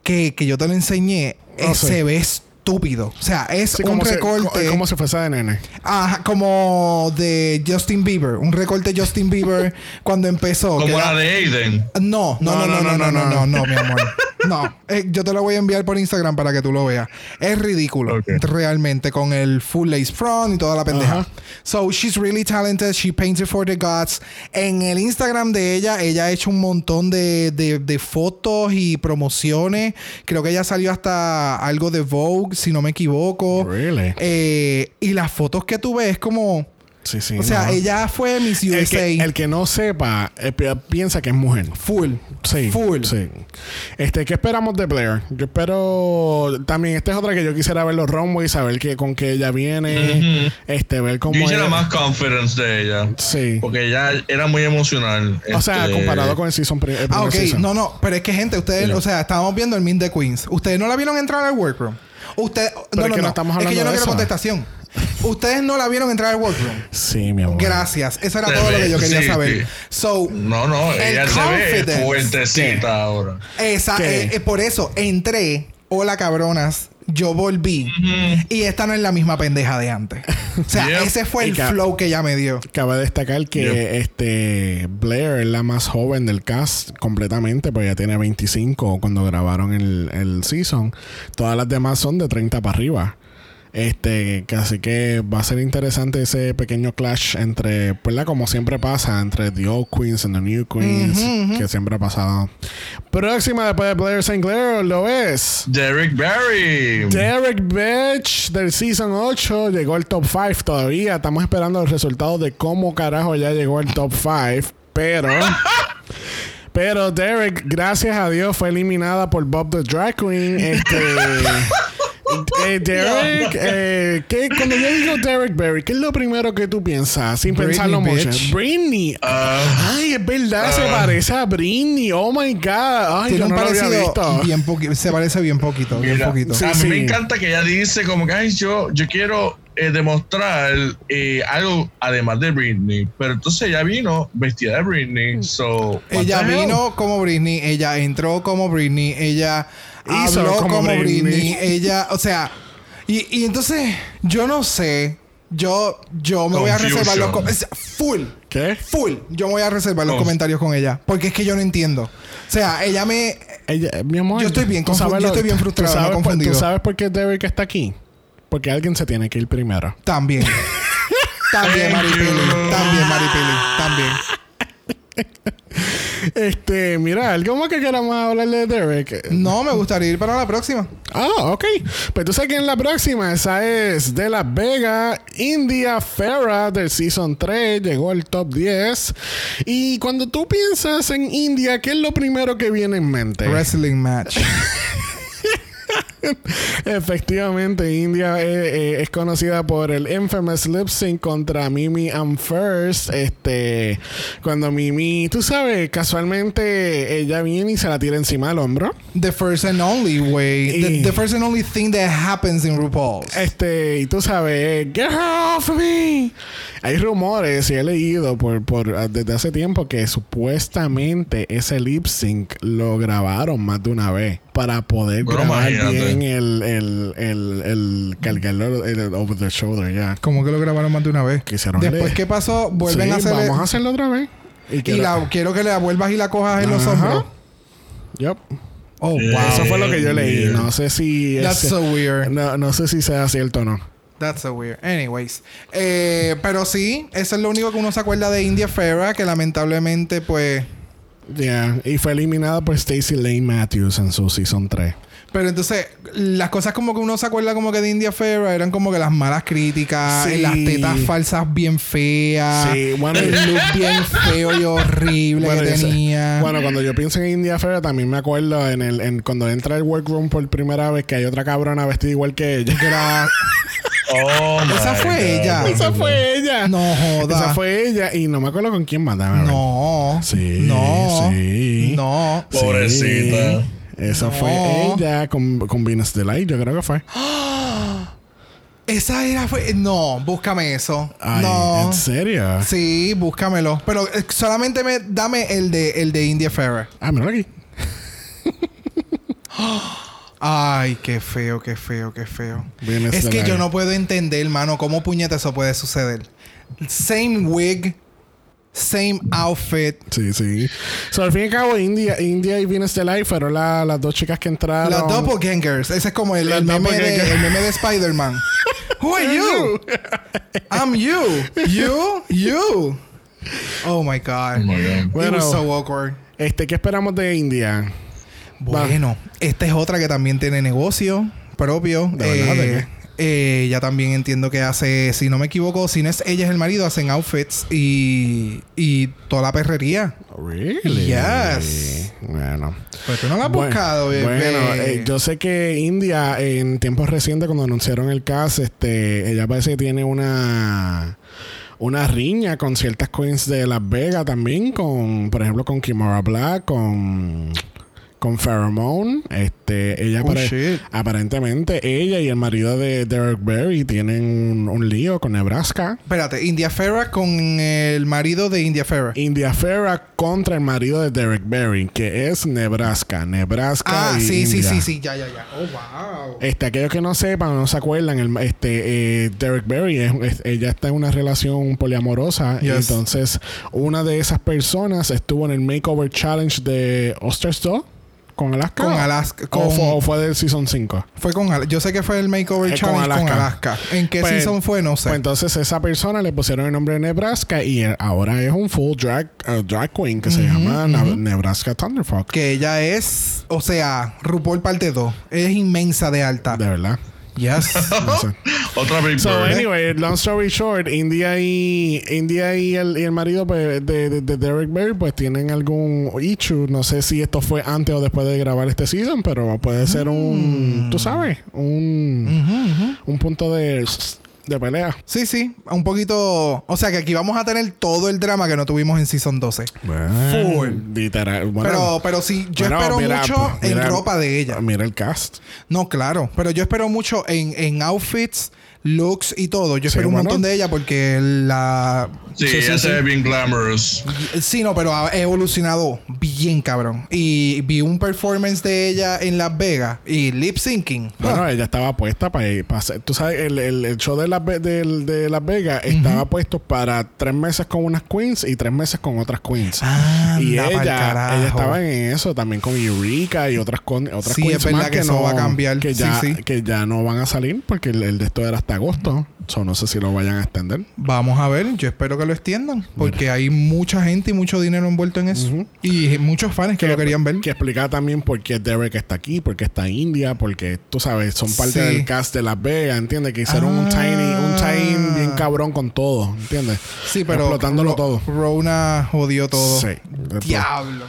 Speaker 2: que, que yo te lo enseñé, eh,
Speaker 1: Ah, sí.
Speaker 2: se ve estúpido. O sea, es
Speaker 1: Sí,
Speaker 2: un
Speaker 1: como si-
Speaker 2: recorte.
Speaker 1: co- como si fuese de nene.
Speaker 2: Ajá, como de Justin Bieber, un recorte de Justin Bieber cuando empezó. que
Speaker 3: Como
Speaker 2: era-
Speaker 3: la de Aiden.
Speaker 2: no, no, no, no, no, no, no, no, no, mi amor. No, Eh, yo te lo voy a enviar por Instagram para que tú lo veas. Es ridículo,
Speaker 3: Ok.
Speaker 2: realmente, con el full lace front y toda la pendeja.
Speaker 1: Ajá.
Speaker 2: So, she's really talented, she painted for the gods. En el Instagram de ella, ella ha hecho un montón de, de- de fotos y promociones. Creo que ella salió hasta algo de Vogue, si no me equivoco.
Speaker 1: Really?
Speaker 2: Eh, y las fotos que tú ves es como...
Speaker 1: Sí, sí.
Speaker 2: O sea,
Speaker 1: no.
Speaker 2: ella fue Miss USA.
Speaker 1: El que, el que no sepa, eh, pi- piensa que es mujer.
Speaker 2: Full.
Speaker 1: Sí.
Speaker 2: Full.
Speaker 1: Sí. Este, ¿qué esperamos de Blair? Yo espero. También, esta es otra que yo quisiera ver los rombos y saber que, con qué ella viene. Este, ver cómo.
Speaker 3: Yo quisiera
Speaker 1: ella-
Speaker 3: más confidence de ella.
Speaker 1: Sí.
Speaker 3: Porque ella era muy emocional.
Speaker 1: O sea,
Speaker 3: este,
Speaker 1: comparado con el season. pri- el primer
Speaker 2: Ah, ok.
Speaker 1: season.
Speaker 2: No, no. Pero es que, gente, ustedes,
Speaker 1: Dilo.
Speaker 2: o sea, estábamos viendo el Meet the Queens. Ustedes no la vieron entrar al workroom. Ustedes.
Speaker 1: Pero
Speaker 2: no,
Speaker 1: es
Speaker 2: no,
Speaker 1: que no
Speaker 2: no.
Speaker 1: estamos
Speaker 2: es que
Speaker 1: hablando
Speaker 2: yo no
Speaker 1: de
Speaker 2: quiero
Speaker 1: eso.
Speaker 2: contestación. Ustedes no la vieron entrar al workroom.
Speaker 1: Sí, mi amor.
Speaker 2: Gracias. Eso era
Speaker 3: Se
Speaker 2: todo lo que
Speaker 3: ve,
Speaker 2: yo quería
Speaker 3: sí,
Speaker 2: saber.
Speaker 3: sí.
Speaker 2: So.
Speaker 3: No, no,
Speaker 2: el
Speaker 3: ella se ve
Speaker 2: confidence.
Speaker 3: fuertecita ahora.
Speaker 2: Esa,
Speaker 1: ¿Qué?
Speaker 2: eh, eh, por eso entré. Hola, cabronas. Yo volví. Y esta no es la misma pendeja de antes. O sea,
Speaker 3: Yep.
Speaker 2: ese fue
Speaker 1: Y
Speaker 2: el
Speaker 1: ca-
Speaker 2: flow que ella me dio.
Speaker 1: Cabe destacar que
Speaker 3: Yeah.
Speaker 1: este Blair es la más joven del cast completamente, porque ya tiene 25 cuando grabaron el, el season. Todas las demás son de 30 para arriba. Este, que así que va a ser interesante ese pequeño clash entre, pues la como siempre pasa, entre the old queens and the new queens, que siempre ha pasado. Próxima después de Blair Sinclair lo es.
Speaker 3: Derek
Speaker 2: Mm.
Speaker 3: Barry.
Speaker 1: Derek Bitch del Season 8 llegó al top 5 todavía. Estamos esperando el resultado de cómo carajo ya llegó al top 5. Pero. pero Derek, gracias a Dios, fue eliminada por Bob the Drag Queen. Este. eh, Derek, eh, ¿qué- cuando yo digo Derek Berry, ¿qué es lo primero que tú piensas? Sin
Speaker 2: Britney,
Speaker 1: pensarlo mucho.
Speaker 2: bitch. Ah.
Speaker 1: Britney.
Speaker 3: Ah,
Speaker 1: Ay, es verdad, se parece a Britney. Oh my God. Ay,
Speaker 2: Tiene
Speaker 1: yo
Speaker 2: un
Speaker 1: no lo había
Speaker 2: parecido
Speaker 1: visto.
Speaker 2: bien poquito. Se parece bien poquito. Bien
Speaker 3: mira,
Speaker 2: poquito.
Speaker 1: Sí,
Speaker 3: a mí
Speaker 1: sí.
Speaker 3: me encanta que ella dice como que "Ay, yo, yo quiero eh, demostrar eh, algo además de Britney. Pero entonces ella vino vestida de
Speaker 2: Mm.
Speaker 3: Britney. So, what
Speaker 2: Ella
Speaker 3: the hell?
Speaker 2: vino como Britney, ella entró como Britney, ella
Speaker 1: Hizo
Speaker 2: habló
Speaker 1: como
Speaker 2: como Britney.
Speaker 1: Britney.
Speaker 2: ella, o sea, y, y entonces yo no sé, Yo, yo me voy a reservar los
Speaker 3: Confusion.
Speaker 2: comentarios. Full.
Speaker 1: ¿Qué?
Speaker 2: Full. Yo me voy a reservar los
Speaker 3: Cons-
Speaker 2: comentarios con ella. Porque es que yo no entiendo. O sea, ella me.
Speaker 1: Ella, mi amor.
Speaker 2: Yo estoy bien
Speaker 1: tú
Speaker 2: confu-
Speaker 1: sabes
Speaker 2: yo estoy bien
Speaker 1: tú
Speaker 2: frustrado, no
Speaker 1: sabes por-
Speaker 2: confundido.
Speaker 1: ¿Tú sabes por qué Derek está aquí? Porque alguien se tiene que ir primero.
Speaker 2: También. también,
Speaker 3: Thank
Speaker 2: Maripili.
Speaker 3: you.
Speaker 2: También, Maripili. También.
Speaker 1: Este, mira, algo más que queramos hablarle de Derek.
Speaker 2: No, me gustaría ir para la próxima.
Speaker 1: Ah, ok. Pues tú sabes que en la próxima, esa es de Las Vegas, India Ferra del Season 3, llegó al top 10. Y cuando tú piensas en India, ¿qué es lo primero que viene en
Speaker 3: Eh.
Speaker 1: mente?
Speaker 2: Wrestling match.
Speaker 1: Efectivamente, India eh, eh, es conocida por el infamous lip sync contra Mimi and First. Este, cuando Mimi, tú sabes, casualmente ella viene y se la tira encima del hombro.
Speaker 2: The first and only way.
Speaker 1: Y-
Speaker 2: The,
Speaker 3: Eh.
Speaker 2: the first and only thing that happens in RuPaul's.
Speaker 1: Este, y tú sabes, get her off me. Hay rumores, y he leído por, por, ah, desde hace tiempo que supuestamente ese lip sync lo grabaron más de una vez para poder
Speaker 3: Bueno,
Speaker 1: grabar
Speaker 3: imagínate.
Speaker 1: bien el, el, el, el cargarlo el, el over the shoulder, ya.
Speaker 2: Como que lo grabaron más de una vez.
Speaker 1: Quisieron
Speaker 2: Después,
Speaker 1: leer.
Speaker 2: ¿qué pasó? Vuelven
Speaker 1: Sí,
Speaker 2: a hacer.
Speaker 1: Vamos a hacerlo otra vez.
Speaker 2: Y la, quiero que la vuelvas y la cojas en los
Speaker 1: Ajá.
Speaker 2: hombros.
Speaker 1: Yup.
Speaker 2: Oh, wow.
Speaker 3: Yeah.
Speaker 1: Eso fue lo que yo leí. No sé si.
Speaker 2: That's
Speaker 1: ese-
Speaker 2: so weird.
Speaker 1: no, no sé si sea cierto o no.
Speaker 2: That's so weird. Anyways. Eh, pero sí, eso es lo único que uno se acuerda de India Ferra, que lamentablemente, pues.
Speaker 1: Yeah. Y fue eliminada por Stacy Lane Matthews en su season 3.
Speaker 2: Pero entonces, las cosas como que uno se acuerda como que de India Ferra eran como que las malas críticas,
Speaker 1: Sí.
Speaker 2: las tetas falsas bien feas,
Speaker 1: Sí, bueno,
Speaker 2: el look bien feo y horrible
Speaker 1: Bueno,
Speaker 2: que
Speaker 1: yo sé.
Speaker 2: tenía.
Speaker 1: Bueno, cuando yo pienso en India Ferrer, también me acuerdo en el, en, cuando entra el workroom por primera vez que hay otra cabrona vestida igual que ella.
Speaker 2: Gra-
Speaker 3: Oh,
Speaker 2: Esa
Speaker 3: my
Speaker 2: fue
Speaker 3: God.
Speaker 2: ella.
Speaker 1: Esa fue ella.
Speaker 2: Ah. no joda.
Speaker 1: Esa fue ella. Y no me acuerdo con quién mandaba.
Speaker 2: No.
Speaker 1: Sí,
Speaker 2: No.
Speaker 1: sí.
Speaker 2: No.
Speaker 3: Pobrecita.
Speaker 1: Esa
Speaker 2: No.
Speaker 1: fue ella con, con Venus Delight, yo creo que fue.
Speaker 2: Esa era fue. No, búscame eso.
Speaker 1: Ay,
Speaker 2: no.
Speaker 1: ¿En serio?
Speaker 2: Sí, búscamelo. Pero eh, solamente me, dame el de el de India Ferrer.
Speaker 1: Ah, mira aquí.
Speaker 2: Ay, qué feo, qué feo, qué feo.
Speaker 1: Venus
Speaker 2: Es que
Speaker 1: Delight.
Speaker 2: yo no puedo entender, hermano, cómo puñeta eso puede suceder. Same wig, same outfit.
Speaker 1: Sí, sí. So, al fin y al cabo, India, India y Venus Delight fueron la- las dos chicas que entraron.
Speaker 2: Los doppelgangers. Ese es como el,
Speaker 1: Las
Speaker 2: el meme,
Speaker 1: doppelgangers.
Speaker 2: de, el meme de Spider-Man. Who are you? I'm you. You, you. Oh my God.
Speaker 3: Oh, my God.
Speaker 1: Bueno.
Speaker 2: It was so awkward.
Speaker 1: Este, ¿qué esperamos de India?
Speaker 2: Bueno, esta es otra que también tiene negocio propio.
Speaker 1: ¿De verdad? ¿De
Speaker 2: Eh, eh, ella también entiendo que hace, si no me equivoco, si no es ella es el marido, hacen outfits y, y toda la perrería.
Speaker 1: Really?
Speaker 2: Yes.
Speaker 1: Bueno.
Speaker 2: Pero tú no la has
Speaker 1: Bueno,
Speaker 2: buscado, bebé.
Speaker 1: Bueno, eh, yo sé que India, en tiempos recientes, cuando anunciaron el caso, este, ella parece que tiene una una riña con ciertas queens de Las Vegas también, con, por ejemplo, con Kimora Black, con con Pheromone, este, ella
Speaker 2: Oh,
Speaker 1: pare-
Speaker 2: shit.
Speaker 1: aparentemente ella y el marido de Derek Berry tienen un, un lío con Nebraska.
Speaker 2: Espérate, India Ferra con el marido de India Ferra.
Speaker 1: India Ferra contra el marido de Derek Berry, que es Nebraska. Nebraska.
Speaker 2: Ah,
Speaker 1: y
Speaker 2: sí, sí,
Speaker 1: India.
Speaker 2: sí, sí, ya, ya, ya. Oh, wow.
Speaker 1: Este, aquellos que no sepan o no se acuerdan, el- este, eh, Derek Berry, es- es- ella está en una relación poliamorosa. Y
Speaker 2: Yes.
Speaker 1: entonces, una de esas personas estuvo en el Makeover Challenge de Osters 2 con Alaska.
Speaker 2: Con Alaska.
Speaker 1: O, fue, o
Speaker 2: Con,
Speaker 1: fue del Season 5.
Speaker 2: fue con Alaska. Yo sé que fue el makeover
Speaker 1: Eh, con
Speaker 2: challenge con
Speaker 1: Alaska.
Speaker 2: Alaska. ¿En qué
Speaker 1: Pues-
Speaker 2: season fue? No sé.
Speaker 1: Pues entonces esa persona le pusieron el nombre de Nebraska y eh, ahora es un full drag, eh, drag queen que se llama Na- Nebraska Thunderfuck.
Speaker 2: que ella es, o sea, RuPaul parte 2. Es inmensa de alta.
Speaker 1: De verdad.
Speaker 2: Yes.
Speaker 1: No sé.
Speaker 3: Otra Big
Speaker 1: So,
Speaker 3: Bird.
Speaker 1: anyway, long story short, India y, India y, el, y el marido pues, de, de- de Derek Berry pues tienen algún issue. No sé si esto fue antes o después de grabar este season, pero puede ser un, tú sabes, un,
Speaker 2: Ah. Ujú, ujú.
Speaker 1: un punto de, de pelea.
Speaker 2: Sí, sí. Un poquito. O sea, que aquí vamos a tener todo el drama que no tuvimos en Season 12. Full.
Speaker 1: Literal. Bueno,
Speaker 2: pero, pero sí, yo
Speaker 1: bueno,
Speaker 2: espero
Speaker 1: mira, pues,
Speaker 2: mucho
Speaker 1: mira- um,
Speaker 2: en ropa de ella.
Speaker 1: Mira el cast.
Speaker 2: No, claro. Pero yo espero mucho en, en outfits, looks y todo. Yo
Speaker 1: Sí,
Speaker 2: espero un
Speaker 1: bueno.
Speaker 2: montón de ella porque la.
Speaker 3: Sí, ella se ve bien glamorous.
Speaker 2: Sí, no, pero ha evolucionado bien cabrón. Y vi un performance de ella en Las Vegas y lip syncing.
Speaker 1: Bueno, ella estaba puesta para ir. Para hacer, tú sabes, el, el- el show de Las, Ve- del- de Las Vegas estaba puesto para tres meses con unas queens y tres meses con otras queens.
Speaker 2: Anda
Speaker 1: y
Speaker 2: pa'l
Speaker 1: ella,
Speaker 2: carajo.
Speaker 1: ella estaba en eso también con Eureka y otras, con, otras
Speaker 2: Sí, es
Speaker 1: queens
Speaker 2: verdad
Speaker 1: más
Speaker 2: que eso va a cambiar.
Speaker 1: Que
Speaker 2: Sí,
Speaker 1: ya,
Speaker 2: sí.
Speaker 1: que ya no van a salir porque el, el de esto era hasta agosto. So, no sé si lo vayan a extender.
Speaker 2: Vamos a ver, yo espero que lo extiendan. Porque hay mucha gente y mucho dinero envuelto en eso. Y muchos fans que lo querían ver.
Speaker 1: Que explica también por qué Derek está aquí, por qué está India, porque tú sabes, son parte
Speaker 2: Sí.
Speaker 1: del cast de Las Vegas, ¿entiendes? Que hicieron un
Speaker 2: Ah.
Speaker 1: tiny, un tiny bien cabrón con todo, ¿entiendes?
Speaker 2: Sí, pero.
Speaker 1: explotándolo
Speaker 2: Ro-
Speaker 1: todo.
Speaker 2: Rona jodió todo.
Speaker 1: Sí.
Speaker 2: Diablo.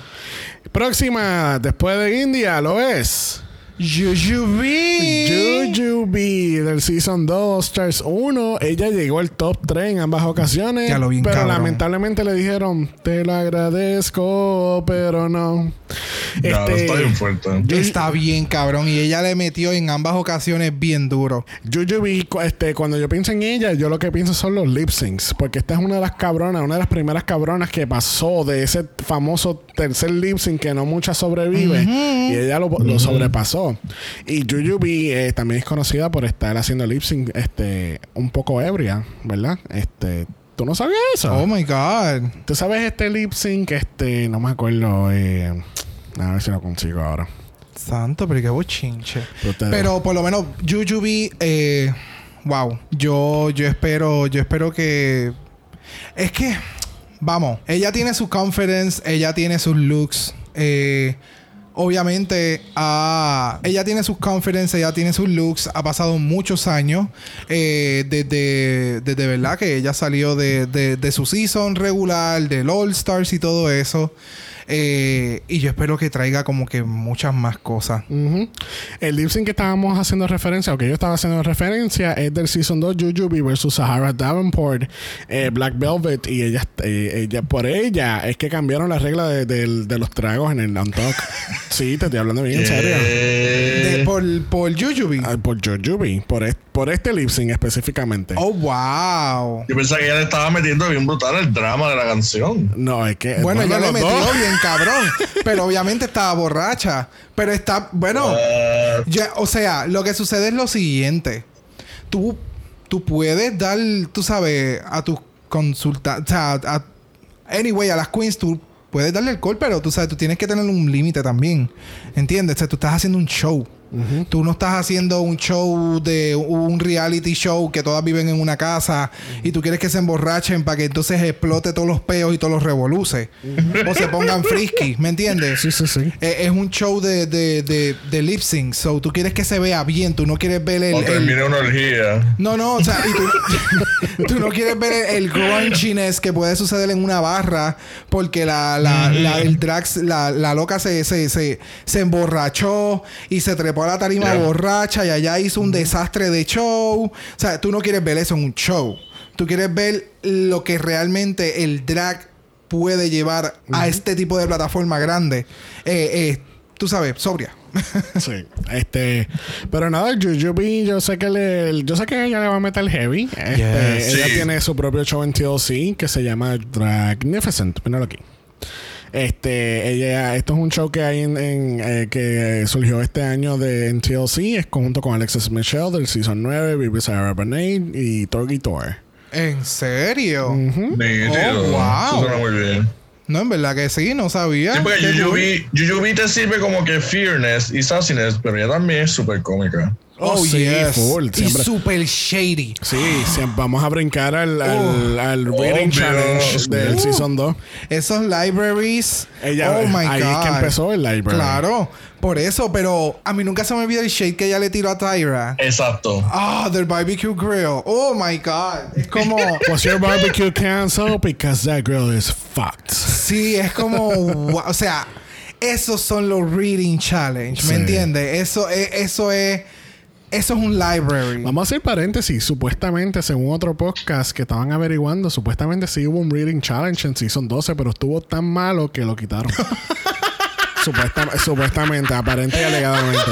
Speaker 1: Próxima, después de India, lo es.
Speaker 2: Jujubee.
Speaker 1: Jujubee del Season 2, Stars 1. Ella llegó al top 3 en ambas ocasiones.
Speaker 2: Ya lo vi,
Speaker 1: pero
Speaker 2: cabrón.
Speaker 1: lamentablemente le dijeron, te lo agradezco, pero no.
Speaker 3: Ya,
Speaker 1: Este,
Speaker 3: está bien fuerte.
Speaker 2: Está bien, cabrón. Y ella le metió en ambas ocasiones bien duro.
Speaker 1: Jujubi, cu- este, cuando yo pienso en ella, yo lo que pienso son los lip syncs. Porque esta es una de las cabronas, una de las primeras cabronas que pasó de ese famoso tercer lip sync que no muchas sobrevive. Y ella lo, lo sobrepasó. Y Jujubi eh, también es conocida por estar haciendo lip sync este, un poco ebria, ¿verdad? Este, ¿Tú no sabías eso?
Speaker 2: Oh my God.
Speaker 1: ¿Tú sabes este lip sync? Este, no me acuerdo. eh, a ver si lo consigo ahora.
Speaker 2: Santo, pero qué bochinche.
Speaker 1: Pero ustedes-
Speaker 2: Pero por lo menos Jujubi, eh, wow. Yo, yo espero, yo espero que. Es que, vamos, ella tiene su confidence, ella tiene sus looks. eh, obviamente, ah, ella tiene sus confidence, ella tiene sus looks. Ha pasado muchos años. eh, desde, desde verdad que ella salió de, de- de su season regular, del All Stars y todo eso. Eh, y yo espero que traiga como que muchas más cosas.
Speaker 1: Ujú. El lip sync que estábamos haciendo referencia, o que yo estaba haciendo referencia, es del Season 2 Jujubi versus Sahara Davenport, eh, Black Velvet, y ella, eh, ella- por ella es que cambiaron la regla de, del- de los tragos en el Untalk. sí, te estoy hablando bien en serio.
Speaker 2: De-
Speaker 3: Eh,
Speaker 2: por, por Jujubi.
Speaker 1: Ah, Por Jujubi, por, es- por este lip sync específicamente.
Speaker 2: Oh, wow.
Speaker 3: Yo pensaba que ella le estaba metiendo bien brutal el drama de la canción.
Speaker 1: No, es que.
Speaker 2: Bueno, ella le
Speaker 1: Eh, los
Speaker 2: metió
Speaker 1: dos.
Speaker 2: bien cabrón. pero obviamente estaba borracha. Pero está, bueno,
Speaker 3: Eh,
Speaker 2: ya- o sea, lo que sucede es lo siguiente. Tú, tú puedes dar, tú sabes, a tus consultas, o sea, a- anyway, a las queens tú puedes darle alcohol, pero tú sabes, tú tienes que tener un límite también. ¿Entiendes? O sea, tú estás haciendo un show. Tú no estás haciendo un show de un reality show que todas viven en una casa y tú quieres que se emborrachen para que entonces explote todos los peos y todos los revoluces o se pongan frisky, ¿me entiendes?
Speaker 1: Sí, sí, sí.
Speaker 2: Eh, Es, un show de, de, de, de lip sync. So, tú quieres que se vea bien. Tú no quieres ver el.
Speaker 3: o
Speaker 2: el-
Speaker 3: termina una orgía.
Speaker 2: no, no, o sea, y tú, tú no quieres ver el, el grunchiness que puede suceder en una barra porque la, la, la- el drag, la, la loca se, se, se, se emborrachó y se trepó a la tarima
Speaker 3: Yeah.
Speaker 2: borracha y allá hizo un desastre de show. O sea, tú no quieres ver eso en un show. Tú quieres ver lo que realmente el drag puede llevar a este tipo de plataforma grande. Eh, eh, tú sabes, sobria.
Speaker 1: Sí, este, pero nada, Jujubi, yo sé que le, yo sé que ella le va a meter heavy. Este,
Speaker 2: Yes.
Speaker 1: Ella
Speaker 3: Sí.
Speaker 1: tiene su propio show en TLC que se llama Dragnificent, ponelo aquí. Este, ella, esto es un show que hay en, en, eh, que surgió este año de en TLC, es conjunto con Alexis Michelle del Season 9, Bibi Sarah Bernay y Torgy Tor.
Speaker 2: ¿En serio?
Speaker 3: Nítido.
Speaker 2: ¿Mm? Oh, wow.
Speaker 3: Eso suena muy bien.
Speaker 2: No, en verdad que sí, no sabía.
Speaker 3: Sí, porque
Speaker 2: Qué cool.
Speaker 3: Jujubi, Jujubi te sirve como que fearness y sassiness, pero ella también es súper cómica.
Speaker 1: Oh, sí, full,
Speaker 2: y
Speaker 1: siempre.
Speaker 2: super shady.
Speaker 1: Sí, siempre vamos a brincar al, al, al Reading
Speaker 3: Obvio.
Speaker 1: Challenge del
Speaker 3: Uh.
Speaker 1: Season 2.
Speaker 2: Esos libraries.
Speaker 1: Ella-
Speaker 2: oh my
Speaker 1: ahí
Speaker 2: God.
Speaker 1: es que empezó el library.
Speaker 2: Claro, por eso, pero a mí nunca se me olvida el shade que ella le tiró a Tyra.
Speaker 3: Exacto.
Speaker 2: Ah, del barbecue grill. Oh my God. Es como.
Speaker 1: Was your barbecue canceled? Because that girl is fucked.
Speaker 2: sí, es como. wow, O sea, esos son los reading challenge.
Speaker 1: Sí.
Speaker 2: ¿Me entiendes? Eso es, eso es. Eso es un library.
Speaker 1: Vamos a hacer paréntesis. Supuestamente, según otro podcast que estaban averiguando, supuestamente sí hubo un Reading Challenge en Season 12, pero estuvo tan malo que lo quitaron. Supuestam- supuestamente, aparente y alegadamente.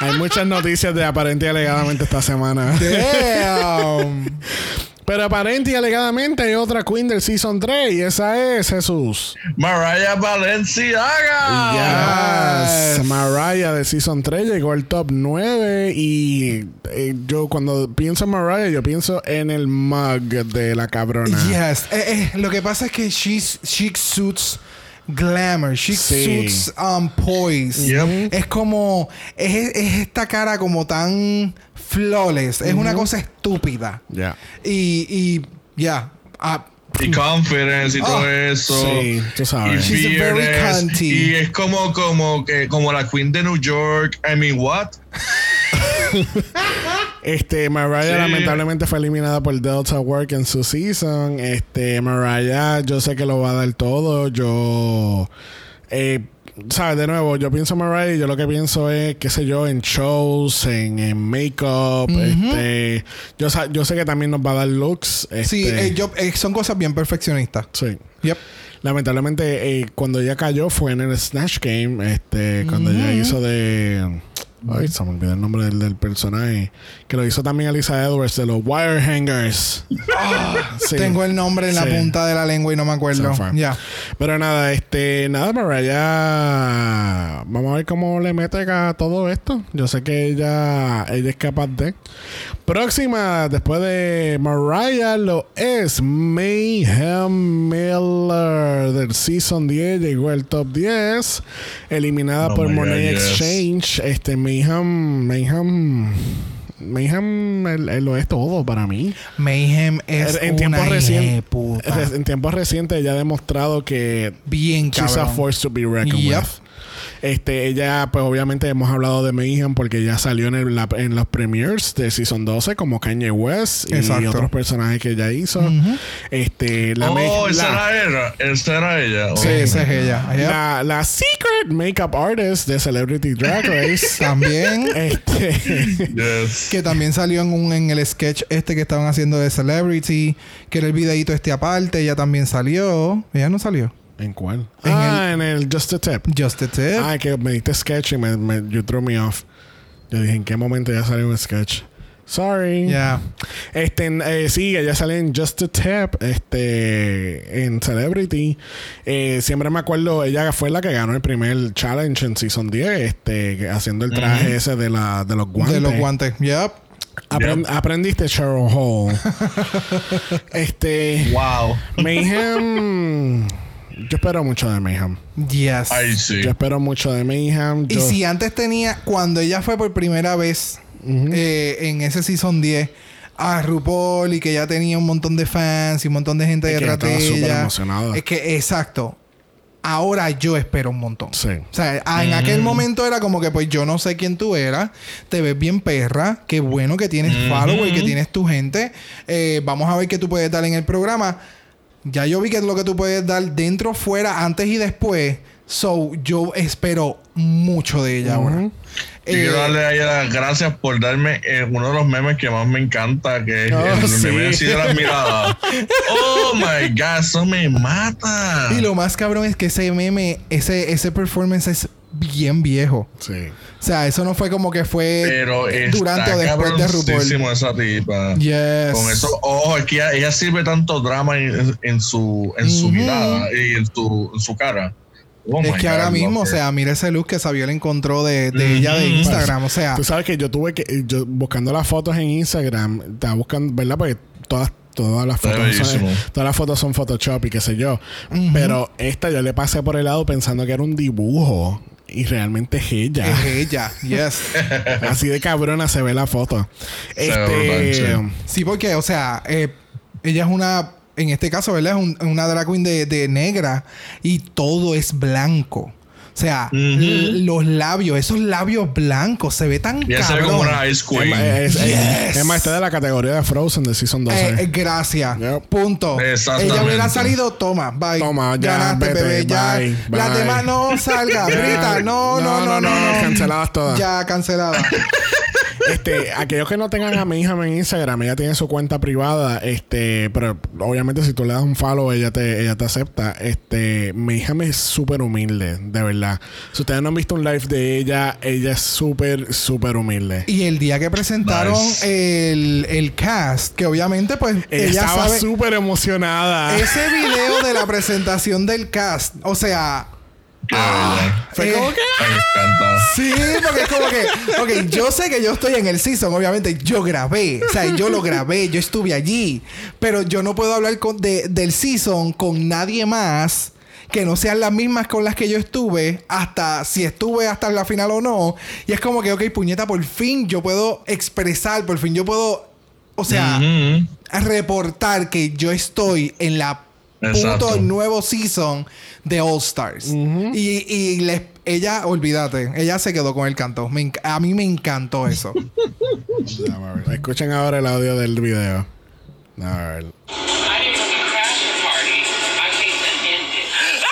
Speaker 1: Hay muchas noticias de aparente y alegadamente esta semana.
Speaker 2: Damn.
Speaker 1: Pero aparente y alegadamente hay otra Queen del Season 3 y esa es Jesús.
Speaker 3: Mariah Valenciaga.
Speaker 1: Yes.
Speaker 2: Yes.
Speaker 1: Mariah de Season 3 llegó al top 9 y eh, yo cuando pienso en Mariah yo pienso en el mug de la cabrona.
Speaker 2: Yes. Eh, eh, lo que pasa es que she's, she suits glamour, she
Speaker 1: Sí.
Speaker 2: suits um, poise.
Speaker 3: Yep.
Speaker 2: Es como, es, es esta cara como tan flawless. Es una cosa estúpida.
Speaker 1: Ya.
Speaker 2: Y, y ya. ah,
Speaker 3: Y confidence y
Speaker 2: Ah,
Speaker 3: todo eso.
Speaker 1: Sí, tú
Speaker 3: Y
Speaker 1: sabes.
Speaker 2: She's very
Speaker 3: fearless.
Speaker 2: cunty.
Speaker 3: Y es como, como, que- como la Queen de New York. I mean, what?
Speaker 1: Este, Mariah
Speaker 3: Sí.
Speaker 1: lamentablemente fue eliminada por Delta Work en su season. Este, Mariah, yo sé que lo va a dar todo. Yo, eh, ¿sabes? De nuevo, yo pienso en Mariah y yo lo que pienso es, qué sé yo, en shows, en, en make-up. este, yo, sa- yo sé que también nos va a dar looks.
Speaker 2: Sí,
Speaker 1: este,
Speaker 2: eh, yo- eh, son cosas bien perfeccionistas.
Speaker 1: Sí.
Speaker 2: Yep.
Speaker 1: Lamentablemente, eh, cuando ella cayó fue en el Snatch Game. Este, cuando ella hizo de. Ay, se me olvidó el nombre del, del personaje. Que lo hizo también Elisa Edwards de los Wire Hangers. Sí.
Speaker 2: Tengo el nombre en la
Speaker 1: Sí.
Speaker 2: punta de la lengua y no me acuerdo.
Speaker 1: So far.
Speaker 2: Ya.
Speaker 1: Pero nada, este, nada, para allá. Vamos a ver cómo le mete a todo esto. Yo sé que ella, ella es capaz de. Próxima, después de Mariah, lo es Mayhem Miller del Season 10. Llegó al top 10. Eliminada
Speaker 3: Oh
Speaker 1: por
Speaker 3: my God,
Speaker 1: Money
Speaker 3: yes.
Speaker 1: Exchange. Este, Mayhem, Mayhem. Mayhem él- él lo es todo para mí.
Speaker 2: Mayhem es
Speaker 1: En
Speaker 2: una
Speaker 1: tiempos recientes-
Speaker 2: hijeputa.
Speaker 1: En tiempos recientes ella ha demostrado que
Speaker 2: Bien
Speaker 1: She's a
Speaker 2: cabrón.
Speaker 1: force to be reckoned
Speaker 2: Yep.
Speaker 1: with. Este, ella, pues obviamente hemos hablado de Mayhem porque ella salió en, el- la- en los premiers de Season 12 como Kanye West y
Speaker 2: Exacto.
Speaker 1: otros personajes que ella hizo. Este, la,
Speaker 3: oh,
Speaker 1: make-
Speaker 3: esa
Speaker 1: la,
Speaker 3: era ella. Esa era ella. Oh.
Speaker 2: Sí, esa es ella. Yep.
Speaker 1: la- la secret makeup artist de Celebrity Drag Race.
Speaker 2: También.
Speaker 1: este,
Speaker 3: Yes.
Speaker 2: que también salió en un en el sketch este que estaban haciendo de Celebrity, que era el videito este aparte, ella también salió. Ella no salió.
Speaker 1: ¿En cuál?
Speaker 2: En
Speaker 1: ah, en el Just a Tip.
Speaker 2: Just a tip.
Speaker 1: Ah, que me diste sketch y me, me- you threw me off. Yo dije, ¿en qué momento ya salió un sketch? Sorry.
Speaker 2: Ya.
Speaker 1: Este, en- eh, sí, ella sale en Just a Tap, este, en Celebrity. Eh, siempre me acuerdo, ella fue la que ganó el primer challenge en Season 10, este, haciendo el traje ese de, la, de los guantes.
Speaker 2: De los guantes. Yep.
Speaker 1: Apren- Aprendiste Cheryl Hall. este,
Speaker 3: Wow.
Speaker 1: Mayhem. Yo espero mucho de Mayhem.
Speaker 2: Yes.
Speaker 3: Ay, sí.
Speaker 1: Yo espero mucho de Mayhem.
Speaker 2: Y
Speaker 1: Yo-
Speaker 2: si antes tenía, cuando ella fue por primera vez eh, en ese season 10 a RuPaul y que ya tenía un montón de fans y un montón de gente
Speaker 1: Es que
Speaker 2: detrás de
Speaker 1: estaba súper
Speaker 2: ella.
Speaker 1: emocionada.
Speaker 2: Es que, exacto. Ahora yo espero un montón.
Speaker 1: Sí.
Speaker 2: O sea, a- en
Speaker 3: Mm.
Speaker 2: aquel momento era como que, pues yo no sé quién tú eras, te ves bien perra, qué bueno que tienes follower, que tienes tu gente, eh, vamos a ver qué tú puedes dar en el programa. Ya yo vi que es lo que tú puedes dar dentro, fuera, antes y después. So, yo espero mucho de ella ahora.
Speaker 3: Y
Speaker 2: Eh,
Speaker 3: quiero darle a ella las gracias por darme eh, uno de los memes que más me encanta, que es
Speaker 1: Oh,
Speaker 3: el
Speaker 1: sí.
Speaker 3: meme así de las miradas. Oh my god, eso me mata.
Speaker 2: Eh, y lo más cabrón es que ese meme, ese, ese performance es bien viejo.
Speaker 1: Sí.
Speaker 2: O sea, eso no fue como que fue
Speaker 3: Pero está
Speaker 2: durante o después de RuPaul.
Speaker 3: cabroncísimo esa tipa.
Speaker 2: Yes.
Speaker 3: Con esos ojos, es que ella, ella sirve tanto drama en, en su, en su
Speaker 2: Ujú.
Speaker 3: mirada y en, tu, en su cara. Oh
Speaker 2: es
Speaker 3: my
Speaker 2: que
Speaker 3: God,
Speaker 2: ahora mismo, o
Speaker 3: love her.
Speaker 2: sea, mira ese look que Saviola encontró de, de ella de
Speaker 3: Ujú.
Speaker 2: Instagram. O sea,
Speaker 1: Tú sabes que yo tuve que, yo buscando las fotos en Instagram, estaba buscando, ¿verdad? Porque todas, todas las
Speaker 3: Está
Speaker 1: fotos son,
Speaker 3: bellísimo.
Speaker 1: todas las fotos son Photoshop y qué sé yo. Pero esta yo le pasé por el lado pensando que era un dibujo. Y realmente es ella.
Speaker 2: es ella. Yes.
Speaker 1: Así de cabrona se ve la foto.
Speaker 3: Se ve
Speaker 1: Este,
Speaker 3: brutal,
Speaker 2: sí, porque, o sea, eh, ella es una, en este caso, ¿verdad? Es un- una drag queen de, de negra y todo es blanco. O sea, l- los labios, esos labios blancos, se ve tan
Speaker 3: ella se ve
Speaker 2: cabrón.
Speaker 3: como una Ice Queen.
Speaker 1: Emma, es, es-
Speaker 2: Yes.
Speaker 1: Emma está de la categoría de Frozen de Season 12.
Speaker 2: Eh, eh, gracias.
Speaker 1: Yep.
Speaker 2: Punto.
Speaker 3: Exactamente.
Speaker 2: Ella hubiera salido, toma, bye.
Speaker 1: Toma, ya,
Speaker 2: Ganaste,
Speaker 1: vete,
Speaker 2: bebé, ya.
Speaker 1: bye,
Speaker 2: Las
Speaker 1: bye.
Speaker 2: demás no salgan. Rita, no, no, no, no. no,
Speaker 1: canceladas todas.
Speaker 2: Ya, cancelada.
Speaker 1: Este, aquellos que no tengan a mi hija en Instagram, ella tiene su cuenta privada, este, pero obviamente si tú le das un follow, ella te, ella te acepta. Este, mi hija me es súper humilde, de verdad. Si ustedes no han visto un live de ella, ella es súper, súper humilde.
Speaker 2: Y el día que presentaron el, el cast, que obviamente pues
Speaker 1: Ella,
Speaker 2: ella
Speaker 1: estaba
Speaker 2: sabe...
Speaker 1: súper emocionada.
Speaker 2: Ese video de la presentación del cast, o sea...
Speaker 3: Qué bella.
Speaker 1: Fue como
Speaker 2: eh,
Speaker 1: que-
Speaker 3: Me encanta.
Speaker 2: Sí, porque es como que, ok, yo sé que yo estoy en el season, obviamente, yo grabé, o sea, yo lo grabé, yo estuve allí, pero yo no puedo hablar con, de- del season con nadie más que no sean las mismas con las que yo estuve, hasta si estuve hasta la final o no, y es como que, ok, puñeta, por fin yo puedo expresar, por fin yo puedo, o sea,
Speaker 3: Ujú.
Speaker 2: reportar que yo estoy en la
Speaker 3: Exacto.
Speaker 2: puto nuevo season de All Stars. Y, y les- ella, olvídate, ella se quedó con el canto. Me enc- a mí me encantó eso.
Speaker 1: Escuchen ahora el audio del video. A ver.
Speaker 4: I didn't really crash the party. I came to end it.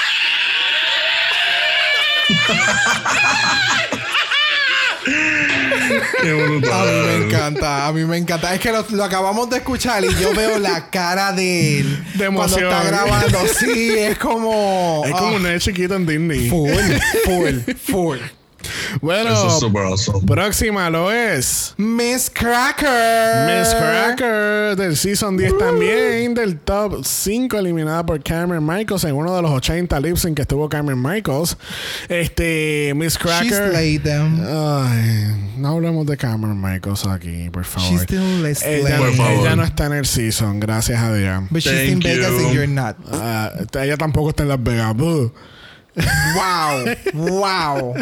Speaker 3: Qué
Speaker 2: a mí me
Speaker 3: brutal.
Speaker 2: encanta, a mí me encanta. Es que lo, lo acabamos de escuchar y yo veo la cara de él
Speaker 1: De
Speaker 2: cuando
Speaker 1: emoción.
Speaker 2: está grabando. Sí, es como.
Speaker 1: Es como
Speaker 2: ah,
Speaker 1: un nene chiquito en Disney.
Speaker 2: full, full, full.
Speaker 1: Bueno,
Speaker 3: Eso es super awesome.
Speaker 1: próxima lo es.
Speaker 2: Miss Cracker.
Speaker 1: Miss Cracker del Season 10 también, del top 5 eliminada por Cameron Michaels en uno de los 80 lips en que estuvo Cameron Michaels. Este, Miss
Speaker 2: She
Speaker 1: Cracker.
Speaker 2: slayed them.
Speaker 1: Ay, no hablemos de Cameron Michaels aquí, por
Speaker 2: She
Speaker 1: favor.
Speaker 2: still is
Speaker 1: Ella,
Speaker 3: Por
Speaker 2: slayed.
Speaker 3: favor.
Speaker 1: ella no está en el season, gracias a Dios.
Speaker 2: But she's in
Speaker 3: Thank
Speaker 2: Vegas
Speaker 3: you.
Speaker 2: and you're not.
Speaker 1: Ah, ella tampoco está en Las Vegas. Buh.
Speaker 2: Wow, wow.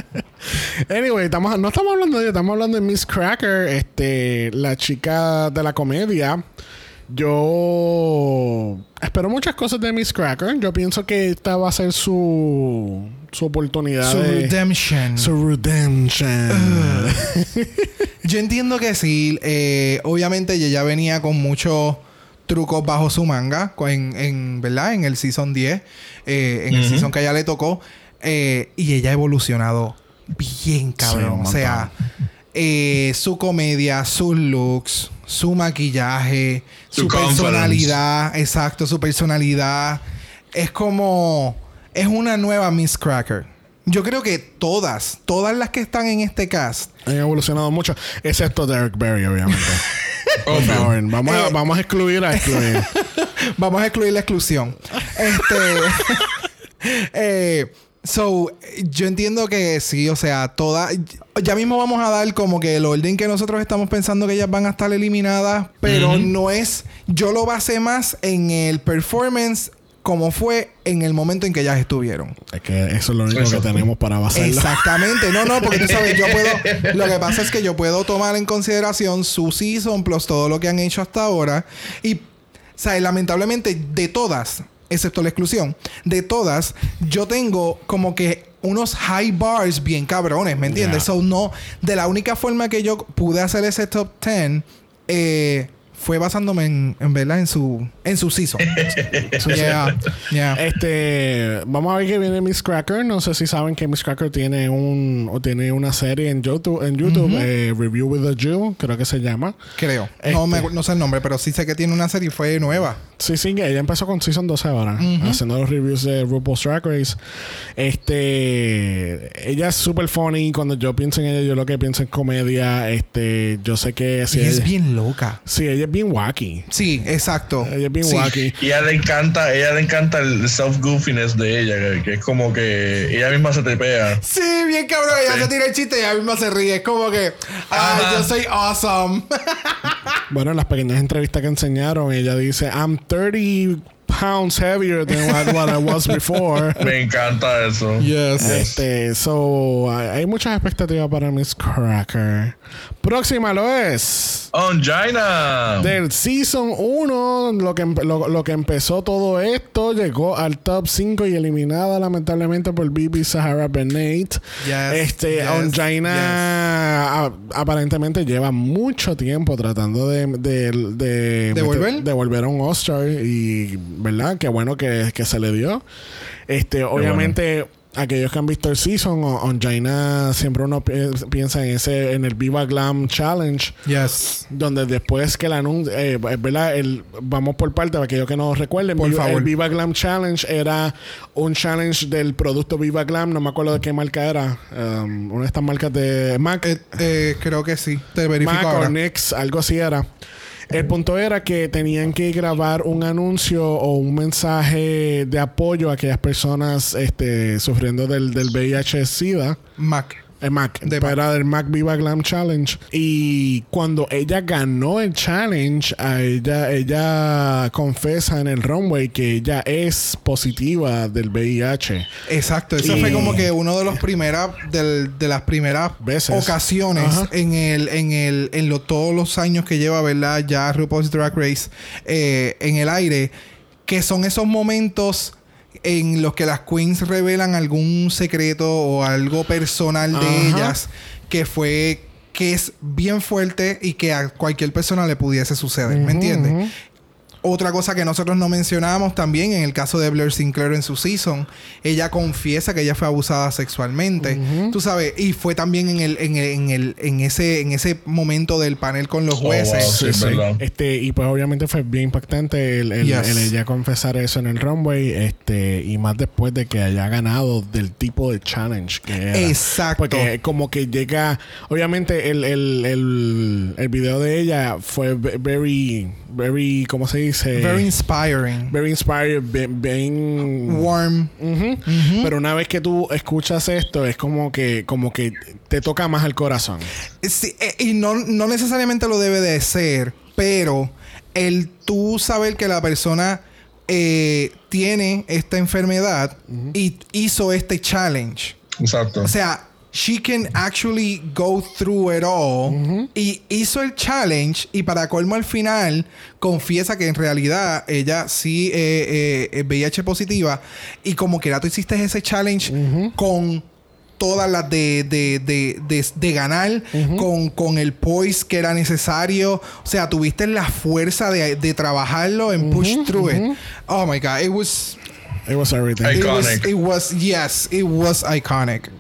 Speaker 1: Anyway, estamos, no estamos hablando de ella, estamos hablando de Miss Cracker, este, la chica de la comedia. Yo espero muchas cosas de Miss Cracker. Yo pienso que esta va a ser su, su oportunidad.
Speaker 2: Su
Speaker 1: de-
Speaker 2: redemption.
Speaker 1: Su redemption.
Speaker 2: Ah. Yo entiendo que sí. eh, obviamente ella ya venía con muchos trucos bajo su manga, con- en, en- ¿verdad? En el season 10, eh, en el
Speaker 3: Ujú.
Speaker 2: season que ella le tocó. eh, y ella ha evolucionado bien,
Speaker 1: Sí, un
Speaker 2: cabrón. o
Speaker 1: montón.
Speaker 2: sea, eh, su comedia, sus looks, su maquillaje, su,
Speaker 3: Su confidence.
Speaker 2: personalidad, exacto, su personalidad. Es como. Es una nueva Miss Cracker. Yo creo que todas, todas las que están en este cast,
Speaker 1: Han evolucionado mucho, excepto Derek Berry, obviamente. Por
Speaker 3: Obvio.
Speaker 1: favor, vamos, a,
Speaker 2: Eh.
Speaker 1: vamos a excluir a excluir.
Speaker 2: Vamos a excluir la exclusión. Este. eh, so, yo entiendo que sí, o sea, toda. Ya mismo vamos a dar como que el orden que nosotros estamos pensando que ellas van a estar eliminadas, pero no es. Yo lo basé más en el performance como fue en el momento en que ellas estuvieron.
Speaker 1: es que eso es lo único
Speaker 3: Eso.
Speaker 1: que tenemos para basarlo.
Speaker 2: Exactamente. No, no, porque tú sabes, yo puedo. Lo que pasa es que yo puedo tomar en consideración su season plus todo lo que han hecho hasta ahora. Y, ¿sabes? Lamentablemente, de todas, excepto la exclusión, de todas, yo tengo como que unos high bars bien cabrones, ¿me entiendes?
Speaker 1: Ya.
Speaker 2: So, no. De la única forma que yo pude hacer ese top 10, eh, Fue basándome en, en verdad en su en su season. yeah, yeah.
Speaker 1: Eh, Este, vamos a ver que viene Miss Cracker. No sé si saben que Miss Cracker tiene un o tiene una serie en YouTube, en YouTube eh, Review with the Jew, creo que se llama.
Speaker 2: Creo.
Speaker 1: Este-
Speaker 2: No, me, no sé el nombre, pero sí sé que tiene una serie y fue nueva.
Speaker 1: Sí, sí, que ella empezó con Season 12 ahora, haciendo los reviews de RuPaul's Drag Race. Este, ella es súper funny. Cuando yo pienso en ella, yo lo que pienso es comedia. Este, yo sé que si
Speaker 2: Y es
Speaker 1: ella,
Speaker 2: bien loca.
Speaker 1: sí, ella es bien wacky.
Speaker 2: Sí, exacto.
Speaker 1: Ella es bien
Speaker 2: Sí.
Speaker 1: wacky.
Speaker 3: Y a ella le encanta, ella le encanta el self goofiness de ella, que- que es como que ella misma se tripea.
Speaker 2: Sí, bien cabrón. Ella
Speaker 3: Sí.
Speaker 2: se tira el chiste y ella misma se ríe. Es como que, ay,
Speaker 3: Ajá.
Speaker 2: yo soy awesome.
Speaker 1: Bueno, en las pequeñas entrevistas que enseñaron, ella dice, I'm 30 pounds heavier than what, what I was before.
Speaker 3: Me encanta eso.
Speaker 2: Yes.
Speaker 1: Este, so, hay hay muchas expectativas para Miss Cracker. Próxima lo es.
Speaker 3: Oh, Angina.
Speaker 1: Del Season 1, lo que, empe- lo, lo que empezó todo esto, llegó al top 5 y eliminada lamentablemente por Bibi Sahara Bennett.
Speaker 2: Yes,
Speaker 1: este,
Speaker 2: yes,
Speaker 1: Angina a- aparentemente lleva mucho tiempo tratando de, de, de,
Speaker 2: ¿De volver?
Speaker 1: de volver a un All-Star y, ¿verdad? Qué bueno que, que se le dio. Este, obviamente aquellos que han visto el season o- on Jaina siempre uno pi- piensa en ese en el Viva Glam Challenge
Speaker 2: Yes.
Speaker 1: donde después que el anuncio eh, ¿verdad? El- vamos por parte para aquellos que no recuerden
Speaker 2: Por
Speaker 1: Viva-
Speaker 2: favor.
Speaker 1: el Viva Glam Challenge era un challenge del producto Viva Glam no me acuerdo de qué marca era um, una de estas marcas de Mac
Speaker 2: Eh, eh, creo que sí. Te verifico
Speaker 1: Mac
Speaker 2: ahora.
Speaker 1: o Nix, algo así era. El punto era que tenían que grabar un anuncio o un mensaje de apoyo a aquellas personas este, sufriendo del, del VIH-Sida.
Speaker 2: Mac.
Speaker 1: El Mac,
Speaker 2: De
Speaker 1: para el Mac Viva Glam Challenge. Y cuando ella ganó el challenge, a ella, ella confesa en el runway que ella es positiva del VIH.
Speaker 2: Exacto, eso
Speaker 1: Y-
Speaker 2: fue como que uno de los primeras del- de las primeras
Speaker 1: Veces.
Speaker 2: ocasiones
Speaker 1: Ajá.
Speaker 2: en el en el en lo, todos los años que lleva, ¿verdad? Ya RuPaul's Drag Race eh, en el aire que son esos momentos en los que las queens revelan algún secreto o algo personal de
Speaker 1: Ajá.
Speaker 2: ellas que fue que es bien fuerte y que a cualquier persona le pudiese suceder, ¿me entiendes?
Speaker 1: ujú.
Speaker 2: Otra cosa que nosotros no mencionamos también en el caso de Blair Sinclair en su season, ella confiesa que ella fue abusada sexualmente, tú sabes, y fue también en el en, el- en, el- en ese en ese momento del panel con los
Speaker 3: Oh, wow,
Speaker 2: jueces.
Speaker 3: sí, es verdad.
Speaker 1: Este, y pues obviamente fue bien impactante el, el-
Speaker 2: Yes.
Speaker 1: el ella confesar eso en el runway, este, y más después de que haya ganado del tipo de challenge que era.
Speaker 2: Exacto.
Speaker 1: Porque como que llega, obviamente el, el, el, el video de ella fue ve- very, very, ¿cómo se dice?
Speaker 2: Very inspiring.
Speaker 1: Very inspired, be- bien...
Speaker 2: warm.
Speaker 1: Ujú. Pero una vez que tú escuchas esto, es como que, como que te toca más al corazón.
Speaker 2: Sí, eh, y no, no necesariamente lo debe de ser, pero el tú saber que la persona eh, tiene esta enfermedad y hizo este challenge.
Speaker 3: Exacto.
Speaker 2: O sea, she can actually go through it all. Y hizo el challenge y para colmo al final confiesa que en realidad ella sí eh, eh, es VIH positiva. Y como que tú hiciste ese challenge con todas las de, de, de, de- de ganar, con, con el poise que era necesario. O sea, tuviste la fuerza de, de trabajarlo en push through it. Oh my God, it was...
Speaker 1: It was everything.
Speaker 3: Ahí
Speaker 2: It was,
Speaker 3: Iconic.
Speaker 2: it was, yes, it was iconic.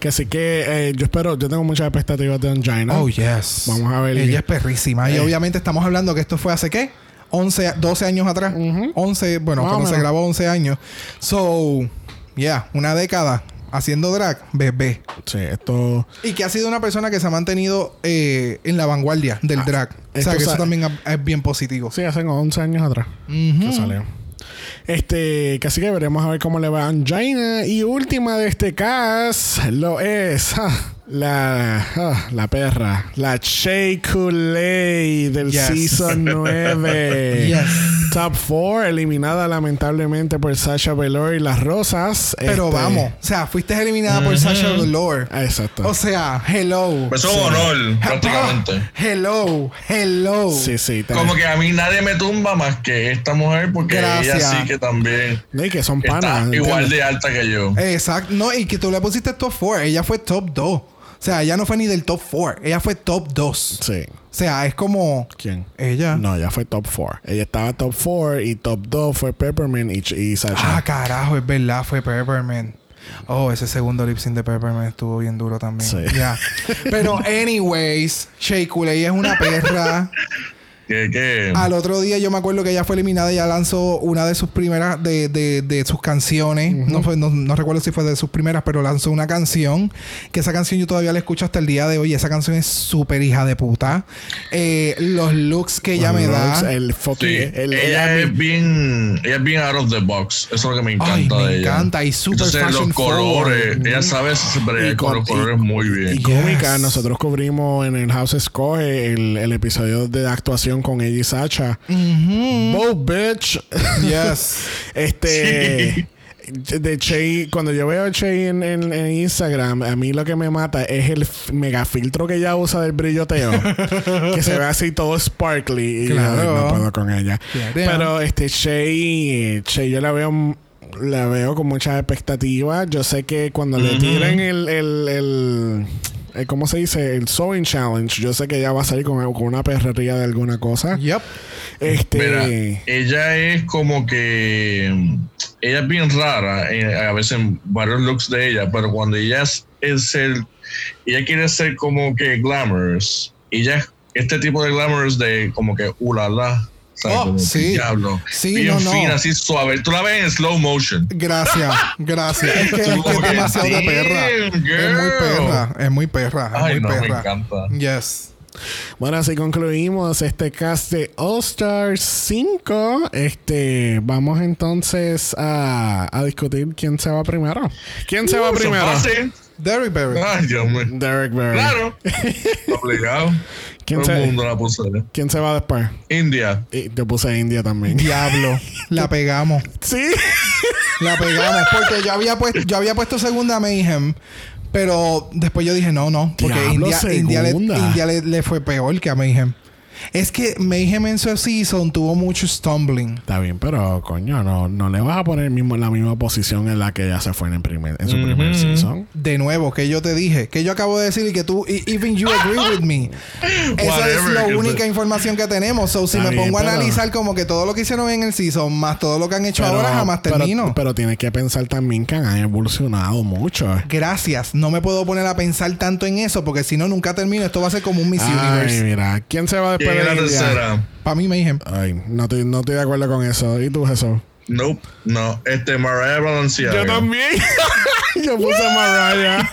Speaker 1: Que así que eh, yo espero, yo tengo muchas expectativas de Angina.
Speaker 2: Oh, yes.
Speaker 1: Vamos a ver.
Speaker 2: Ella es perrísima. Y
Speaker 1: Eh.
Speaker 2: obviamente estamos hablando que esto fue hace qué? 11, a- 12 años atrás. 11, bueno,
Speaker 1: Más o
Speaker 2: cuando se
Speaker 1: menos.
Speaker 2: grabó 11 años. So, yeah, una década haciendo drag, bebé.
Speaker 1: Sí, esto.
Speaker 2: Y que ha sido una persona que se ha mantenido eh, en la vanguardia del drag. O
Speaker 1: Ah, esto
Speaker 2: sea, que eso
Speaker 1: sa-
Speaker 2: también ha- es bien positivo.
Speaker 1: Sí, hace como 11 años atrás que salió. Este, que así que veremos a ver cómo le va a Angina. Y última de este cast lo es ah, la, ah, la perra, la Shea Coulee del
Speaker 2: Yes.
Speaker 1: Season 9.
Speaker 2: Yes.
Speaker 1: Top 4, eliminada lamentablemente por Sasha Velour y las Rosas.
Speaker 2: Pero
Speaker 1: Este,
Speaker 2: vamos, o sea, fuiste eliminada por Sasha Velour.
Speaker 1: ah, Exacto.
Speaker 2: O sea, hello.
Speaker 3: Pues es un honor,
Speaker 2: Ah,
Speaker 3: prácticamente.
Speaker 2: Hello, hello.
Speaker 1: sí, sí. tal-
Speaker 3: Como que a mí nadie me tumba más que esta mujer, porque
Speaker 2: Gracias.
Speaker 3: ella sí que también
Speaker 1: No, y que son
Speaker 3: está
Speaker 1: panas.
Speaker 3: igual
Speaker 1: ¿entiendes?
Speaker 3: de alta que yo.
Speaker 2: Eh, Exacto. No, y que tú le pusiste top 4. Ella fue top 2. O sea, ella no fue ni del top 4. Ella fue top 2.
Speaker 1: Sí.
Speaker 2: O sea, es como...
Speaker 1: ¿Quién?
Speaker 2: Ella.
Speaker 1: No, ya fue top 4. Ella estaba top 4 y top 2 fue Peppermint y, Ch- y Sasha.
Speaker 2: Ah, carajo, es verdad. Fue Peppermint. Oh, ese segundo lip sync de Peppermint estuvo bien duro también.
Speaker 1: Sí.
Speaker 2: Ya. Pero, anyways, Shea Coulee es una perra.
Speaker 3: Que, que,
Speaker 2: Al otro día yo me acuerdo que ella fue eliminada y ella lanzó una de sus primeras, de, de- de sus canciones. no, fue- no- no recuerdo si fue de sus primeras, pero lanzó una canción. Que esa canción yo todavía la escucho hasta el día de hoy. Esa canción es súper hija de puta. Eh, los looks eh. que ella
Speaker 1: Los
Speaker 2: me
Speaker 1: looks,
Speaker 2: da.
Speaker 1: El
Speaker 3: sí,
Speaker 1: fucking. el-
Speaker 3: ella
Speaker 1: el-
Speaker 3: es bien, ella es bien out of the box. Eso es lo que me encanta
Speaker 2: Ay, me
Speaker 3: de ella.
Speaker 2: encanta, y super
Speaker 3: Entonces
Speaker 2: fashion
Speaker 3: los colores,
Speaker 2: forward. Mm.
Speaker 3: ella sabe siempre con los
Speaker 1: con- y-
Speaker 3: colores muy bien.
Speaker 1: y cómica,
Speaker 2: Yes.
Speaker 1: nosotros cubrimos en el House Escoge el, el episodio de actuación con ella y Sacha. Bo bitch.
Speaker 2: Mm-hmm. Yes.
Speaker 1: Este. De Che, cuando yo veo a Che en, en- en Instagram, a mí lo que me mata es el f- megafiltro que ella usa del brilloteo. que se ve así todo sparkly. Y yo,
Speaker 2: Claro.
Speaker 1: "Ay, no puedo con ella.
Speaker 2: Claro.
Speaker 1: Pero este Che, Che, yo la veo m- la veo con muchas expectativas. Yo sé que cuando le tiren el, el, el, el- ¿cómo se dice? El Sewing Challenge, yo sé que ella va a salir con, con una perrería de alguna cosa.
Speaker 2: Yep.
Speaker 1: Este
Speaker 3: Mira, ella es como que mm, ella es bien rara, eh, a veces en varios looks de ella, pero cuando ella es, es el, ella quiere ser como que glamorous, ella es este tipo de glamorous de como que ulala, ¿sabes?
Speaker 2: Oh,
Speaker 3: Como que
Speaker 2: sí.
Speaker 3: diablo,
Speaker 2: Sí,
Speaker 3: bien
Speaker 2: no, no.
Speaker 3: fina, así suave, tú la ves en slow motion.
Speaker 2: Gracias, gracias. Es que, es, que es
Speaker 3: Como que,
Speaker 2: demasiado de
Speaker 3: "Damn,
Speaker 2: perra. Es muy
Speaker 3: girl".
Speaker 2: perra, es muy perra, es
Speaker 3: Ay,
Speaker 2: muy
Speaker 3: no, me
Speaker 2: perra.
Speaker 3: encanta.
Speaker 2: Yes.
Speaker 1: Bueno, así concluimos este cast de All Stars 5. Este, vamos entonces a, a discutir quién se va primero. ¿Quién se va
Speaker 3: Eso
Speaker 1: primero?
Speaker 3: fácil.
Speaker 2: Derrick Berry.
Speaker 3: Ay, Dios mío.
Speaker 1: Derek Berry.
Speaker 3: Claro. Obligado.
Speaker 1: ¿Quién
Speaker 3: Todo
Speaker 1: se-
Speaker 3: el mundo la pulsera.
Speaker 1: ¿Quién se va después?
Speaker 3: India.
Speaker 1: Y yo puse India también.
Speaker 2: Diablo. La pegamos.
Speaker 1: Sí.
Speaker 2: La pegamos. Porque yo había puesto, yo había puesto segunda Mayhem. Pero después yo dije, no, no. Porque
Speaker 1: Diablo,
Speaker 2: India, India le,
Speaker 1: segunda.
Speaker 2: India le- le fue peor que a Mayhem. Es que Mayhem en su season tuvo mucho stumbling.
Speaker 1: Está bien, pero coño, no, no le vas a poner mismo, la misma posición en la que ella se fue en, el primer, en su
Speaker 3: Mm.
Speaker 1: primer season.
Speaker 2: De nuevo, que yo te dije, que yo acabo de decir y que tú, e- even you agree with me. Esa es
Speaker 3: Whatever,
Speaker 2: la
Speaker 3: que
Speaker 2: única
Speaker 3: te-
Speaker 2: información que tenemos. So, si
Speaker 1: Está
Speaker 2: me
Speaker 1: bien,
Speaker 2: pongo a
Speaker 1: pero-
Speaker 2: analizar como que todo lo que hicieron en el season, más todo lo que han hecho ahora, jamás termino.
Speaker 1: Pero, pero tienes que pensar también que han evolucionado mucho.
Speaker 2: Gracias. No me puedo poner a pensar tanto en eso porque si no, nunca termino. Esto va a ser como un Miss
Speaker 1: Ay,
Speaker 2: Universe.
Speaker 1: mira, ¿quién se va
Speaker 3: ¿Quién
Speaker 1: después
Speaker 3: es la
Speaker 1: de India?
Speaker 3: tercera?
Speaker 2: Para mí, Mayhem.
Speaker 1: Ay, no estoy, no estoy de acuerdo con eso. ¿Y tú, Jesús?
Speaker 3: Nope. No. Este Mariah Balenciaga.
Speaker 1: yo puse Mariah.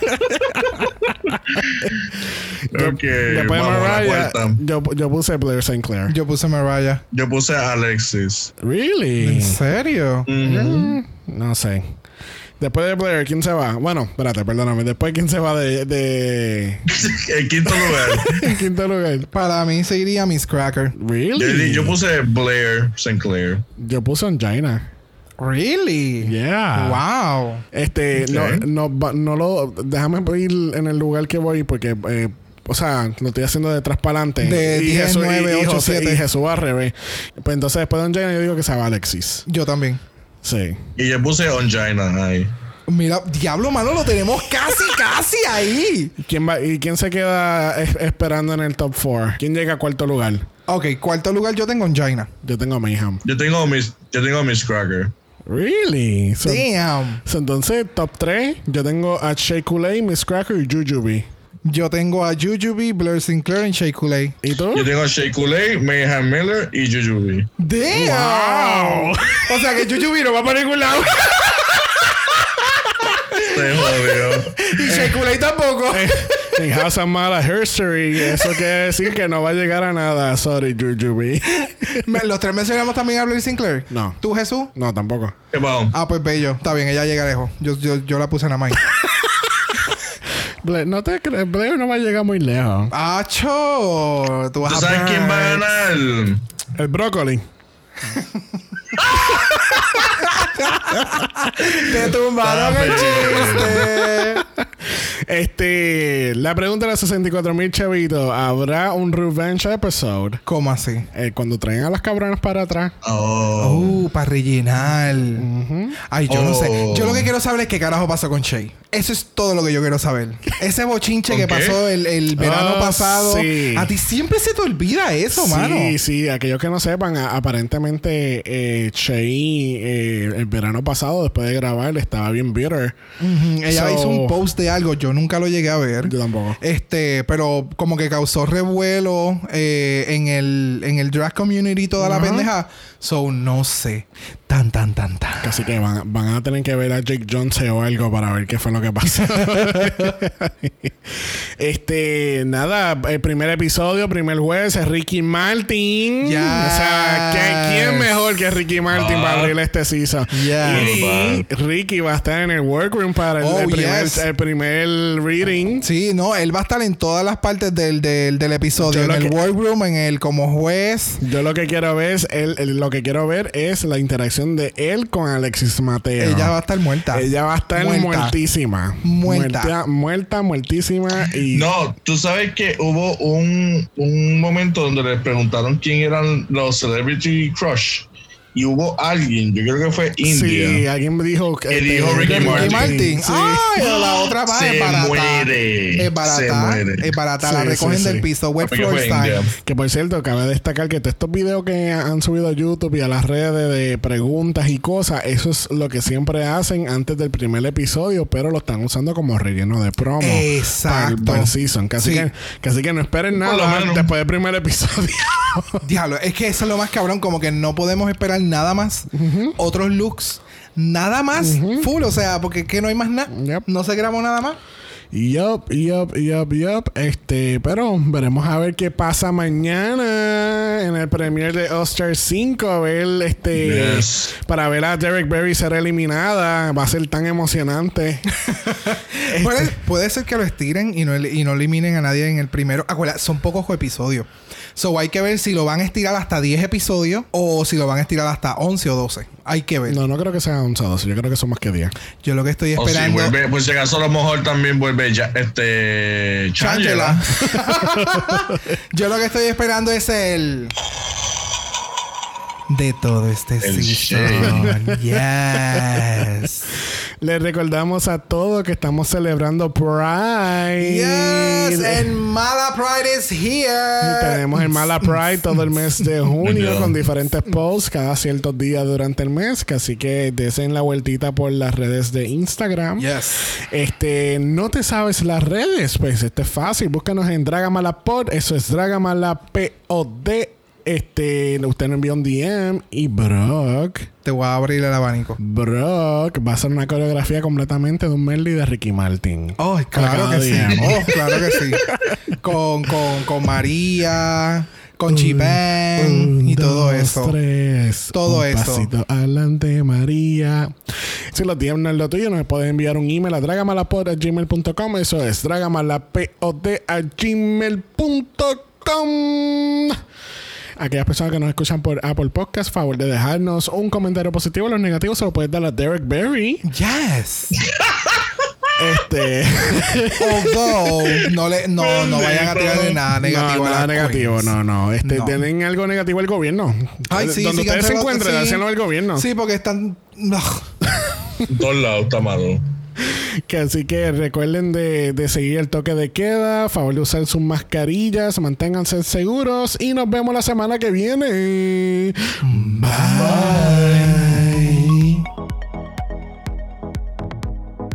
Speaker 1: Después
Speaker 3: Ok,
Speaker 1: de
Speaker 3: vamos a la
Speaker 1: Mariah,
Speaker 3: cuarta.
Speaker 1: yo, yo puse Blair St. Clair.
Speaker 2: Yo puse Mariah.
Speaker 3: Yo puse a Alexis.
Speaker 1: ¿Really? Mm,
Speaker 2: ¿En serio?
Speaker 1: No sé. Después de Blair, ¿quién se va? Bueno, espérate, perdóname. Después, ¿quién se va de, de...
Speaker 3: En quinto lugar.
Speaker 1: en quinto lugar?
Speaker 2: Para mí se iría Miss Cracker.
Speaker 3: yo,
Speaker 1: ¿Really?
Speaker 3: di- yo puse Blair Sinclair.
Speaker 1: Yo puse Angina.
Speaker 2: Really?
Speaker 1: Yeah.
Speaker 2: Wow.
Speaker 1: Este,
Speaker 3: Ok.
Speaker 1: no, no, va- no lo. Déjame ir en el lugar que voy porque. eh, o sea, lo estoy haciendo de traspalante.
Speaker 2: De 10, 9, 8,
Speaker 1: José-
Speaker 2: 7.
Speaker 1: y Jesús va al revés. Pues entonces, después de Don Jane, yo digo que se va Alexis.
Speaker 2: Yo también.
Speaker 1: Sí.
Speaker 3: Y yo puse Ongina ahí.
Speaker 2: Mira, diablo, mano, lo tenemos casi, casi ahí.
Speaker 1: ¿Quién va, ¿Y quién se queda es- esperando en el top 4? ¿Quién llega a cuarto lugar?
Speaker 2: Ok, cuarto lugar yo tengo Angina.
Speaker 1: Yo tengo a Mayhem.
Speaker 3: Yo tengo Miss, yo tengo Miss Cracker.
Speaker 1: ¿Really? So-
Speaker 2: Damn.
Speaker 1: so entonces, top 3, yo tengo a Shea Coulee, Miss Cracker y Jujubee.
Speaker 2: Yo tengo a Jujubee, Blair Sinclair y Shea Coulee.
Speaker 1: ¿Y tú?
Speaker 3: Yo tengo a Shea Coulee, Mayhem Miller y Jujubee.
Speaker 2: Damn. O sea que Jujubee no va para ningún lado.
Speaker 3: Te jodió.
Speaker 2: y Shea Coulee tampoco.
Speaker 1: En House of Mala History, eso quiere decir que no va a llegar a nada. Sorry, Jujubee.
Speaker 2: Me- Los tres mencionamos también a Blair Sinclair.
Speaker 1: No.
Speaker 2: ¿Tú, Jesús?
Speaker 1: No, tampoco.
Speaker 3: Qué bueno.
Speaker 2: Ah, pues bello. Está bien, ella llega lejos. Yo, yo, yo la puse en la main.
Speaker 1: Blair, no te crees, Blair no va a llegar muy lejos.
Speaker 2: ¡Acho! Tú vas
Speaker 3: ¿Tú
Speaker 2: a
Speaker 3: sabes quién va a
Speaker 2: perder.
Speaker 3: ganar?
Speaker 1: El brócoli.
Speaker 2: Te tumbaron el Ah, chiste.
Speaker 1: Eh, Este, la pregunta de los 64 mil chavitos: ¿habrá un revenge episode?
Speaker 2: ¿Cómo así?
Speaker 1: Eh, cuando traen a las cabronas para atrás.
Speaker 3: Oh.
Speaker 2: Uh, para rellenar. Ay, yo no sé.
Speaker 3: Oh.
Speaker 2: Yo lo que quiero saber es qué carajo pasó con Shay. Eso es todo lo que yo quiero saber. Ese bochinche
Speaker 3: ¿Con
Speaker 2: que
Speaker 3: qué?
Speaker 2: pasó el, el verano
Speaker 1: Ah,
Speaker 2: pasado.
Speaker 1: sí.
Speaker 2: A ti siempre se te olvida eso, mano.
Speaker 1: Sí, sí, aquellos que no sepan, a- aparentemente eh, Chey eh, el verano pasado, después de grabar, estaba bien bitter.
Speaker 2: Ujú. Ella
Speaker 1: So-
Speaker 2: hizo un post de algo. Yo nunca lo llegué a ver.
Speaker 1: Yo tampoco.
Speaker 2: Este, pero como que causó revuelo eh, en, el, en el drag community toda la
Speaker 1: Ajá.
Speaker 2: pendeja. So, no sé. Tan, tan, tan, tan.
Speaker 1: Así que van, van a tener que ver a Jake Johnson o algo para ver qué fue lo que pasó. este, nada, el primer episodio, primer juez es Ricky Martin.
Speaker 2: Yes.
Speaker 1: O sea, ¿qué- ¿quién mejor que Ricky Martin
Speaker 3: Ah.
Speaker 1: para abrir este season?
Speaker 2: Yes.
Speaker 1: Y Ricky va a estar en el workroom para el,
Speaker 2: Oh,
Speaker 1: el primer,
Speaker 2: yes.
Speaker 1: el primer reading.
Speaker 2: Sí, no, él va a estar en todas las partes del, del, del episodio.
Speaker 1: Yo
Speaker 2: En
Speaker 1: lo
Speaker 2: el
Speaker 1: que-
Speaker 2: workroom, en el como juez.
Speaker 1: Yo lo que quiero ver es el- el- lo que quiero ver es la interacción de él con Alexis Mateo.
Speaker 2: Ella va a estar muerta.
Speaker 1: Ella va a estar
Speaker 2: Muerta.
Speaker 1: muertísima.
Speaker 2: Muerta.
Speaker 1: Muerta, muerta, muertísima. Y
Speaker 3: No, tú sabes que hubo un, un momento donde les preguntaron quién eran los celebrity crush. y hubo alguien, yo creo que fue India.
Speaker 1: Sí, alguien me dijo que. este,
Speaker 3: Que dijo Ricky
Speaker 1: Ricky Ah.
Speaker 3: Martin.
Speaker 2: Martin.
Speaker 1: Sí.
Speaker 2: Ay, la otra va
Speaker 3: Se
Speaker 2: es barata.
Speaker 3: muere.
Speaker 2: Es barata.
Speaker 3: Se muere.
Speaker 2: Es barata. la
Speaker 1: Sí,
Speaker 2: recogen
Speaker 1: sí,
Speaker 2: del
Speaker 1: sí.
Speaker 2: piso. Wet
Speaker 3: Porque
Speaker 2: floor
Speaker 3: fue
Speaker 2: style.
Speaker 3: India. Oh,
Speaker 1: Que por cierto, cabe destacar que todos estos videos que han subido a YouTube y a las redes de preguntas y cosas, eso es lo que siempre hacen antes del primer episodio, pero lo están usando como relleno de promo.
Speaker 2: Eh,
Speaker 1: para el-
Speaker 2: Exacto.
Speaker 1: para el season. Que así,
Speaker 2: Sí.
Speaker 1: que, que así que no esperen
Speaker 3: lo
Speaker 1: nada
Speaker 3: menos.
Speaker 1: después del primer episodio.
Speaker 2: Diablo, es que eso es lo más cabrón, como que no podemos esperar nada más, otros looks, nada más, full, o sea, porque es que no hay más nada,
Speaker 1: Yep.
Speaker 2: no se grabó nada más.
Speaker 1: yup, yup, yup, yup. Este, pero veremos a ver qué pasa mañana en el premier de All-Star 5. A ver, este.
Speaker 3: Yes.
Speaker 1: Para ver a Derek Berry ser eliminada. Va a ser tan emocionante.
Speaker 2: Puede,
Speaker 1: Este.
Speaker 2: puede ser que lo estiren y no, el- y no eliminen a nadie en el primero. Acuérdate, son pocos episodios. So hay que ver si lo van a estirar hasta 10 episodios o si lo van a estirar hasta 11 o 12. Hay que ver.
Speaker 1: No, no creo que sea 11 o 12. Yo creo que son más que 10.
Speaker 2: Yo lo que estoy
Speaker 3: O si
Speaker 2: esperando.
Speaker 3: vuelve, pues si acaso a lo mejor también vuelve ya, este Changela.
Speaker 2: Changela. Yo lo que estoy esperando es el. De todo este
Speaker 3: El
Speaker 2: season. Yes.
Speaker 1: Les recordamos a todos que estamos celebrando Pride.
Speaker 2: Yes. And Mala Pride is here.
Speaker 1: Tenemos el Mala Pride todo el mes de junio
Speaker 3: No.
Speaker 1: con diferentes posts cada ciertos días durante el mes. que Así que desen la vueltita por las redes de Instagram.
Speaker 2: Yes.
Speaker 1: Este, no te sabes las redes, pues este es fácil. Búscanos en Dragamala Pod, eso es Dragamala POD. Este, usted nos envió un DM y Brock,
Speaker 2: Te voy a abrir el abanico.
Speaker 1: Brock va a hacer una coreografía completamente de un medley de Ricky Martin.
Speaker 2: Oh, claro
Speaker 1: cada
Speaker 2: que sí.
Speaker 1: día.
Speaker 2: Oh, claro que sí. Con, con, con María, con Chipén
Speaker 1: Un,
Speaker 2: y todo
Speaker 1: dos,
Speaker 2: eso.
Speaker 1: tres.
Speaker 2: Todo
Speaker 1: Un
Speaker 2: eso.
Speaker 1: Pasito adelante, María. Si los DM no es lo tuyo, nos puedes enviar un email a dragamalapod.gmail.com. Eso es dragamalapod.gmail.com. Aquellas personas que nos escuchan por Apple Podcast, favor de dejarnos un comentario positivo. Los negativos se lo puedes dar a Derek Berry.
Speaker 2: Yes.
Speaker 1: Este.
Speaker 2: Although, no, le, no, no vayan a tirarle nada negativo.
Speaker 1: no,
Speaker 2: a las
Speaker 1: nada negativo,
Speaker 2: queens.
Speaker 1: no, no. Este,
Speaker 2: No.
Speaker 1: Tienen algo negativo el gobierno.
Speaker 2: Ay, sí,
Speaker 1: Donde
Speaker 2: sí,
Speaker 1: ustedes se
Speaker 2: cancela-
Speaker 1: encuentren,
Speaker 2: sí.
Speaker 1: dárselo al gobierno.
Speaker 2: Sí, porque están. No.
Speaker 3: Todos lados está malo.
Speaker 1: Que así que recuerden de, de seguir el toque de queda, favor de usar sus mascarillas, manténganse seguros y nos vemos la semana que viene.